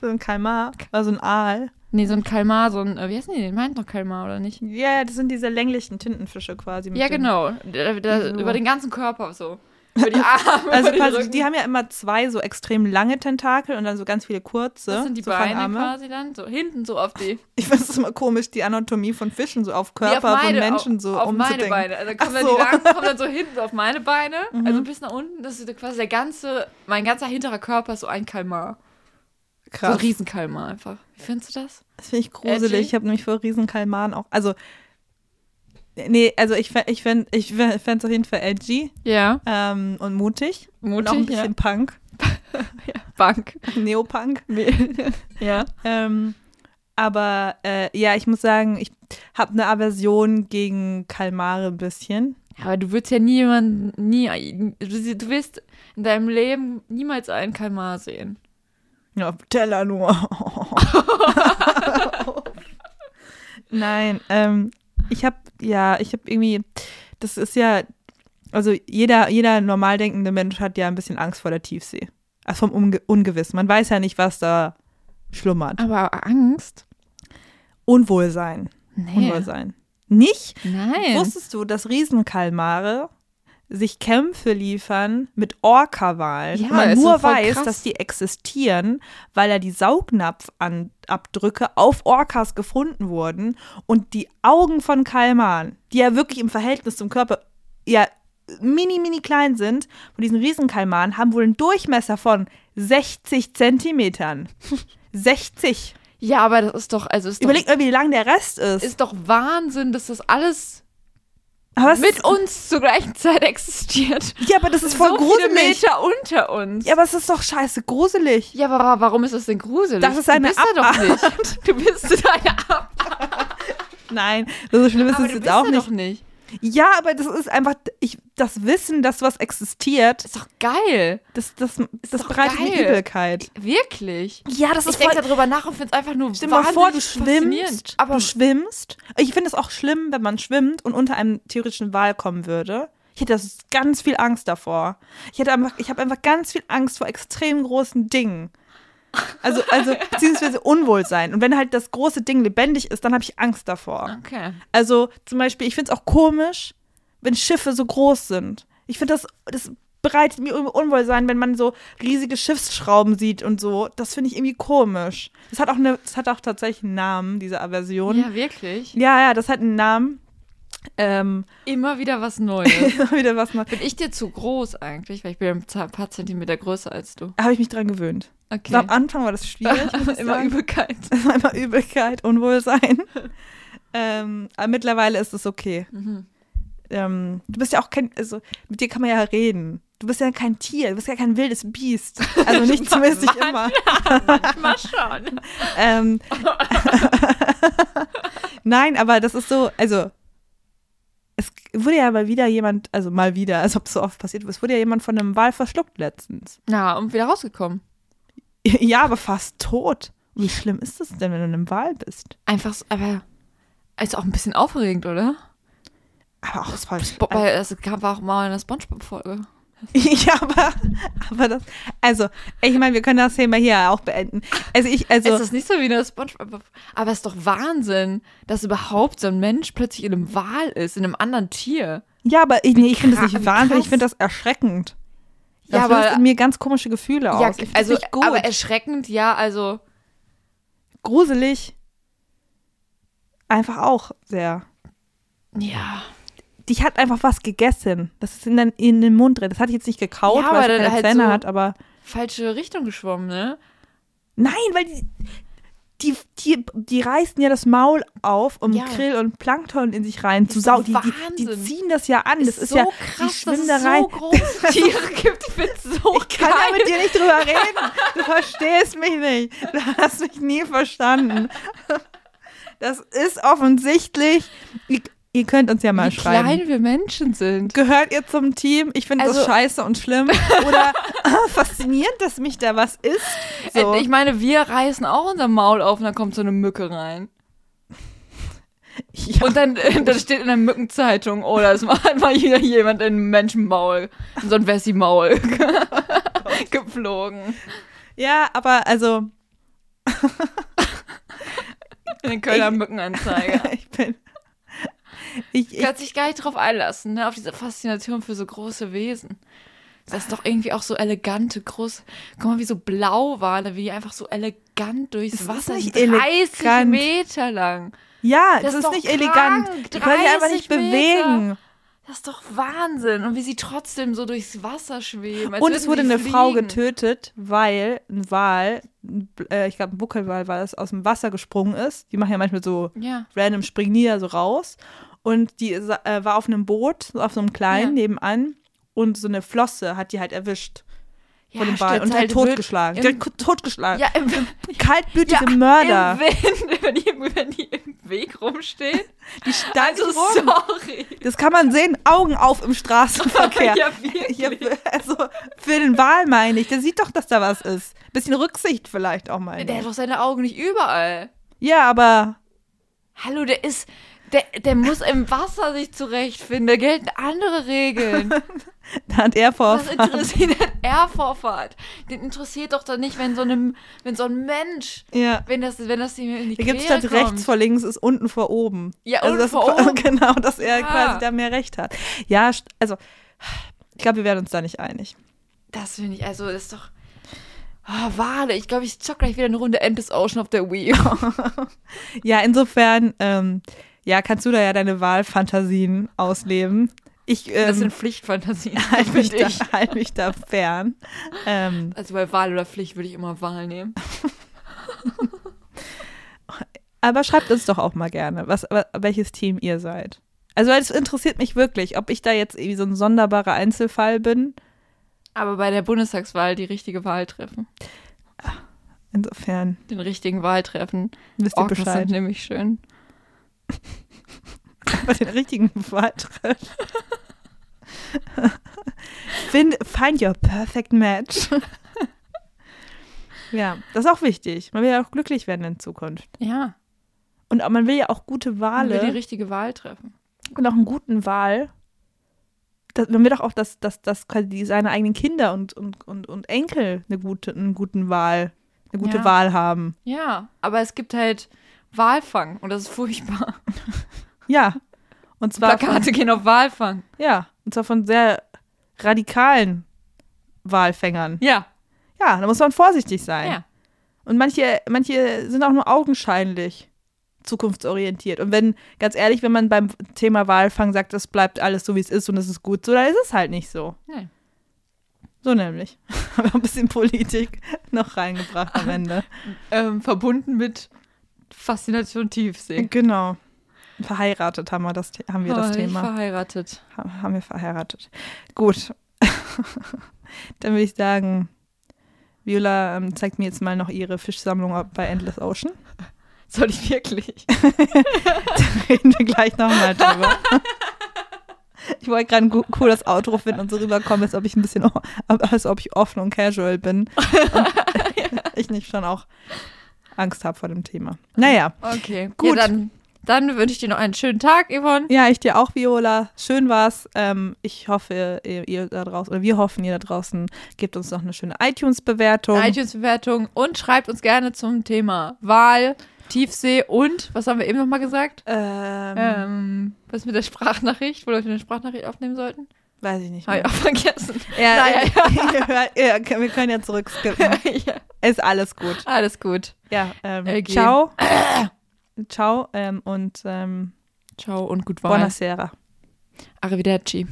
S1: So ein Kalmar, also ein Aal.
S2: Nee, so ein Kalmar, so ein, äh, wie heißen die? Den meint doch Kalmar, oder nicht?
S1: Ja, das sind diese länglichen Tintenfische quasi. mit
S2: Ja,
S1: den-
S2: genau. Da, da,
S1: So.
S2: Über den ganzen Körper so. Über
S1: [LAUGHS]
S2: die Arme.
S1: Also
S2: über den
S1: quasi,
S2: Rücken.
S1: die haben ja immer zwei so extrem lange Tentakel und dann so ganz viele kurze.
S2: das sind die
S1: ne? so
S2: Beine
S1: Fangarme.
S2: quasi dann, so hinten so auf die.
S1: Ich finde es immer komisch, die Anatomie von Fischen so auf
S2: nee, auf
S1: Körper von
S2: meine,
S1: Menschen
S2: auf,
S1: so
S2: auf meine
S1: umzudenken.
S2: Beine. Also kommen
S1: Ach
S2: dann
S1: so. Mhm.
S2: die langen, kommen dann so hinten so auf meine Beine, also bis nach unten. Das ist quasi der ganze, mein ganzer hinterer Körper ist so ein Kalmar. So
S1: Krass.
S2: ein Riesenkalmar einfach. Wie findest du das?
S1: Das finde ich gruselig.
S2: Edgy?
S1: Ich habe nämlich vor Riesenkalmaren auch. Also, nee, also ich, fä- ich fände es ich fä- fänd's auf jeden Fall edgy
S2: Ja,
S1: ähm, und mutig. und auch ein
S2: mutig, ja.
S1: bisschen Punk, [LAUGHS]
S2: Bank.
S1: Neopunk.
S2: Ja.
S1: [LAUGHS] Ähm, aber äh, ja, ich muss sagen, ich habe eine Aversion gegen Kalmare ein bisschen.
S2: Aber du würdest ja nie jemanden, nie, du du wirst in deinem Leben niemals einen Kalmar sehen.
S1: Ja, Teller nur. Nein, ähm, ich habe ja, ich habe irgendwie, das ist ja, also jeder, jeder normal denkende Mensch hat ja ein bisschen Angst vor der Tiefsee. Also vom Unge Ungewissen. Man weiß ja nicht, was da schlummert.
S2: Aber Angst?
S1: Unwohlsein.
S2: Nee.
S1: Unwohlsein. Nicht?
S2: Nein.
S1: Wusstest du, dass Riesenkalmare sich Kämpfe liefern mit Orca-Wahlen?
S2: Ja,
S1: und man
S2: ist so
S1: nur
S2: voll
S1: weiß,
S2: krass.
S1: dass die existieren, weil da die Saugnapfabdrücke auf Orcas gefunden wurden und die Augen von Kalmaren, die ja wirklich im Verhältnis zum Körper ja mini, mini klein sind, von diesen Riesenkalmaren haben wohl einen Durchmesser von 60
S2: [LAUGHS]
S1: Zentimetern. 60.
S2: ja, aber das ist doch, also ist
S1: Überlegt mal, wie lang der Rest ist.
S2: doch, ist doch Wahnsinn, dass das alles
S1: aber es-
S2: mit uns zur gleichen Zeit existiert.
S1: ja, aber das ist voll
S2: so viele
S1: gruselig.
S2: Meter unter uns.
S1: Ja, aber es ist doch scheiße gruselig.
S2: Ja, aber wa- warum ist das denn gruselig?
S1: Das ist eine
S2: du bist da doch nicht. Du bist da eine Ab.
S1: Nein, so schlimm ist
S2: aber
S1: es
S2: du
S1: jetzt
S2: bist
S1: auch
S2: da
S1: nicht.
S2: doch nicht.
S1: Ja, aber das ist einfach, ich, das Wissen, dass was existiert,
S2: Ist doch geil.
S1: das, das, das
S2: doch
S1: bereitet mir
S2: geil.
S1: Übelkeit.
S2: Wirklich.
S1: Ja, das
S2: Ich denke darüber nach und find's einfach nur
S1: Stell dir mal vor, du
S2: wahnsinnig faszinierend.
S1: schwimmst,
S2: Aber
S1: du schwimmst. Ich finde es auch schlimm, wenn man schwimmt und unter einem theoretischen Wal kommen würde. Ich hätte das ganz viel Angst davor. Ich hätte einfach, ich habe einfach ganz viel Angst vor extrem großen Dingen. Also, [LAUGHS] also beziehungsweise Unwohlsein. Und wenn halt das große Ding lebendig ist, dann habe ich Angst davor.
S2: okay.
S1: Also zum Beispiel, ich finde es auch komisch, wenn Schiffe so groß sind. Ich finde das, das bereitet mir irgendwie Unwohlsein, wenn man so riesige Schiffsschrauben sieht und so. Das finde ich irgendwie komisch. Das hat auch eine, das hat auch tatsächlich einen Namen, diese Aversion.
S2: Ja, wirklich.
S1: Ja, ja, das hat einen Namen. Ähm, [LAUGHS]
S2: Immer wieder was Neues.
S1: wieder was mal.
S2: bin ich dir zu groß eigentlich? Weil ich bin ja ein za- paar Zentimeter größer als du.
S1: Habe ich mich dran gewöhnt. Ich
S2: Okay.
S1: glaube, am Anfang war das
S2: [LAUGHS]
S1: schwierig. muss ich
S2: Immer
S1: sagen.
S2: Übelkeit.
S1: [LAUGHS] Es war immer Übelkeit, Unwohlsein. ähm, aber mittlerweile ist es okay.
S2: Mhm.
S1: Ähm, du bist ja auch kein, also mit dir kann man ja reden. Du bist ja kein Tier, du bist ja kein wildes Biest. Also nicht zumindest nicht immer.
S2: Manchmal schon.
S1: Ähm, [LAUGHS] Nein, aber das ist so, also es wurde ja mal wieder jemand, also mal wieder, als ob es so oft passiert ist, wurde ja jemand von einem Wal verschluckt letztens.
S2: Na, und wieder rausgekommen.
S1: Ja, aber fast tot. Wie schlimm ist das denn, wenn du in einem Wal bist?
S2: Einfach, so- aber ist auch ein bisschen aufregend, oder?
S1: Aber auch falsch.
S2: Bo weil es gab auch mal eine Spongebob-Folge.
S1: [LAUGHS] Ja, aber, aber das, also, ich meine, wir können das Thema hier auch beenden. Also ich, also,
S2: Es ist nicht so wie eine Spongebob. Aber es ist doch Wahnsinn, dass überhaupt so ein Mensch plötzlich in einem Wal ist, in einem anderen Tier.
S1: ja, aber ich, nee, ich finde das nicht
S2: Krass.
S1: wahnsinnig, ich finde das erschreckend. Das
S2: Ja,
S1: löst
S2: aber-
S1: in mir ganz komische Gefühle aus. Ich find das
S2: also,
S1: nicht gut.
S2: aber erschreckend, ja, also.
S1: gruselig. Einfach auch sehr.
S2: Ja.
S1: Die hat einfach was gegessen. Das ist in den, in den Mund drin. Das hat die jetzt nicht gekaut,
S2: Ja,
S1: weil
S2: aber
S1: sie
S2: dann
S1: keine
S2: halt
S1: Zähne
S2: so-
S1: hat, aber.
S2: Falsche Richtung geschwommen, ne?
S1: Nein, weil die, die, die, die reißen ja das Maul auf, um
S2: Ja.
S1: Krill und Plankton in sich rein zu
S2: Ist doch
S1: saugen. Die, die, die
S2: Wahnsinn.
S1: ziehen das ja an. Das ist,
S2: so
S1: ja die
S2: krass, dass
S1: schwimmen da
S2: es
S1: rein.
S2: so
S1: [LAUGHS]
S2: große Tiere gibt. Ich find's so
S1: Ich kann ja
S2: geil.
S1: mit dir nicht drüber reden. Du verstehst mich nicht. Du hast mich nie verstanden. Das ist offensichtlich. Ihr, ihr könnt uns ja mal
S2: Wie
S1: schreiben.
S2: klein wir Menschen sind.
S1: Gehört ihr zum Team? Ich finde das
S2: Also-
S1: scheiße und schlimm. Oder [LAUGHS] äh, faszinierend, dass mich da was ist. So.
S2: Äh, Ich meine, wir reißen auch unser Maul auf und dann kommt so eine Mücke rein.
S1: ja,
S2: Und dann, äh, dann steht in der Mückenzeitung, oder es war mal wieder jemand in ein Menschenmaul, in so ein Wessi-Maul [LAUGHS] geflogen.
S1: ja, aber also,
S2: In den Kölner
S1: [LAUGHS]
S2: Mückenanzeiger.
S1: ich bin. Ich,
S2: Ich
S1: ich,
S2: kann sich gar nicht drauf einlassen, ne? auf diese Faszination für so große Wesen. Das ist doch irgendwie auch so elegante, groß. Guck mal, wie so Blauwale, wie die einfach so elegant durchs
S1: Das
S2: Wasser
S1: ist nicht
S2: sind. 30
S1: elegant.
S2: Meter lang.
S1: ja, das,
S2: Das ist
S1: ist
S2: doch
S1: nicht
S2: krank.
S1: elegant. Die können sich einfach nicht
S2: 30
S1: bewegen.
S2: Das ist doch Wahnsinn. Und wie sie trotzdem so durchs Wasser schweben. als
S1: Und es
S2: würden
S1: wurde
S2: sie
S1: eine Frau
S2: fliegen.
S1: getötet, weil ein Wal, ein B- äh, ich glaube ein Buckelwal war das, aus dem Wasser gesprungen ist. Die machen ja manchmal so
S2: Ja.
S1: random springen die da so raus. Und die sa- äh, war auf einem Boot, so auf so einem kleinen
S2: Ja.
S1: nebenan. Und so eine Flosse hat die halt erwischt
S2: ja
S1: von dem Wal und halt
S2: wild-
S1: totgeschlagen. Die
S2: Im,
S1: hat ko- totgeschlagen.
S2: ja,
S1: [LAUGHS]
S2: im,
S1: Kaltblütige Äh, Mörder.
S2: Im Wind, [LAUGHS] wenn die, wenn die im Weg rumstehen.
S1: Die stand
S2: Also,
S1: nicht rum. [LAUGHS]
S2: sorry.
S1: Das kann man sehen, Augen auf im
S2: [LAUGHS]
S1: Straßenverkehr.
S2: Ja, wirklich.
S1: Ja, also für den Wal meine ich, der sieht doch, dass da was ist. Bisschen Rücksicht vielleicht auch mal.
S2: Der hat doch seine Augen nicht überall.
S1: Ja, aber [LAUGHS]
S2: Hallo, der ist. Der, der muss im Wasser sich zurechtfinden. Da gelten
S1: [LAUGHS]
S2: andere Regeln.
S1: da hat er vor.
S2: Was interessiert denn er Vorfahrt? Den interessiert doch dann nicht, wenn so, einem, wenn so ein Mensch,
S1: Ja.
S2: wenn das, wenn das ihm in die
S1: Da gibt es
S2: Quere
S1: statt
S2: kommt.
S1: rechts vor links, ist unten vor oben. Also
S2: Ja, unten
S1: das,
S2: vor
S1: [LAUGHS]
S2: oben. Ah.
S1: Genau, dass er
S2: Ja.
S1: quasi da mehr Recht hat. Ja, st- also ich glaube, wir werden uns da nicht einig.
S2: Das finde ich, also das ist doch. Oh, Wale, ich glaube, ich zock gleich wieder eine Runde Endless Ocean auf der Wii.
S1: Ja, insofern, ähm, ja, kannst du da ja deine Wahlfantasien ausleben. Ich
S2: [LAUGHS] Das
S1: ähm,
S2: [LAUGHS] sind Pflichtfantasien.
S1: halte mich,
S2: finde
S1: da-
S2: ich.
S1: [LAUGHS] halt mich da fern. Ähm,
S2: Also bei Wahl oder Pflicht würde ich immer Wahl nehmen.
S1: aber schreibt uns doch auch mal gerne, was, wa- welches Team ihr seid. Also weil es interessiert mich wirklich, ob ich da jetzt irgendwie so ein sonderbarer Einzelfall bin.
S2: Aber bei der Bundestagswahl die richtige Wahl treffen.
S1: Insofern
S2: Den richtigen Wahl treffen.
S1: wisst ihr
S2: Orcas
S1: Bescheid. [LAUGHS]
S2: sind nämlich schön.
S1: bei den richtigen Wahltritt. [LAUGHS] Find, find your perfect match. [LAUGHS] ja, das ist auch wichtig. Man will ja auch glücklich werden in Zukunft.
S2: Ja.
S1: Und auch- man will ja auch gute
S2: Alle. die
S1: Wale
S2: richtige Wahl treffen.
S1: und auch einen guten Wahl. Das, man will doch auch, dass, dass, dass quasi die- seine eigenen Kinder und, und, und, und Enkel eine gute, einen guten Wahl, eine gute
S2: Ja.
S1: Wahl haben.
S2: Ja. Aber es gibt halt Walfang und das
S1: [LAUGHS]
S2: ist furchtbar.
S1: Ja. Und zwar von,
S2: Plakate gehen auf Walfang.
S1: ja, und zwar von sehr radikalen Walfängern.
S2: Ja.
S1: Ja, da muss man vorsichtig sein.
S2: Ja.
S1: Und manche, manche sind auch nur augenscheinlich zukunftsorientiert. Und wenn, ganz ehrlich, wenn man beim Thema Walfang sagt, das bleibt alles so, wie es ist und es ist gut so, dann ist es halt nicht so.
S2: Nee.
S1: So nämlich. [LAUGHS] Aber ein bisschen Politik [LAUGHS] noch reingebracht am Ende.
S2: Ähm, verbunden mit Faszination Tiefsee.
S1: Genau. Verheiratet haben wir das, The- haben wir das
S2: Oh, Ich
S1: Thema.
S2: verheiratet.
S1: Ha- Haben wir verheiratet. Gut. [LAUGHS] Dann würde ich sagen, Viola ähm, zeigt mir jetzt mal noch ihre Fischsammlung bei Endless Ocean. [LAUGHS]
S2: Soll ich wirklich?
S1: Reden wir gleich nochmal drüber. [LAUGHS] Ich wollte gerade ein gu- cooles Outro finden und so rüberkommen, als ob ich ein bisschen, o- als ob ich offen und casual bin. Und
S2: [LAUGHS]
S1: [LAUGHS] ich nicht schon auch Angst habe vor dem Thema. Naja.
S2: Okay,
S1: Gut.
S2: Ja, dann, dann wünsche ich dir noch einen schönen Tag, Yvonne.
S1: Ja, ich dir auch, Viola. Schön war's. Ähm, ich hoffe, ihr, ihr da draußen, oder wir hoffen, ihr da draußen gebt uns noch eine schöne iTunes-Bewertung.
S2: iTunes-Bewertung und schreibt uns gerne zum Thema Wahl, Tiefsee und, was haben wir eben nochmal gesagt?
S1: ähm,
S2: Ähm, was mit der Sprachnachricht, wo Leute eine Sprachnachricht aufnehmen sollten?
S1: Weiß ich nicht.
S2: Habe
S1: Mehr.
S2: ich auch vergessen.
S1: Ja,
S2: Naja,
S1: ihr hört- ihr- wir können [LAUGHS] ja zurückskippen.
S2: [LAUGHS] ja.
S1: Ist alles gut.
S2: Alles gut.
S1: Ja, ähm,
S2: LG.
S1: ciao. ciao ähm, und ähm,
S2: Ciao und gut Wahl.
S1: buonasera.
S2: Arrivederci.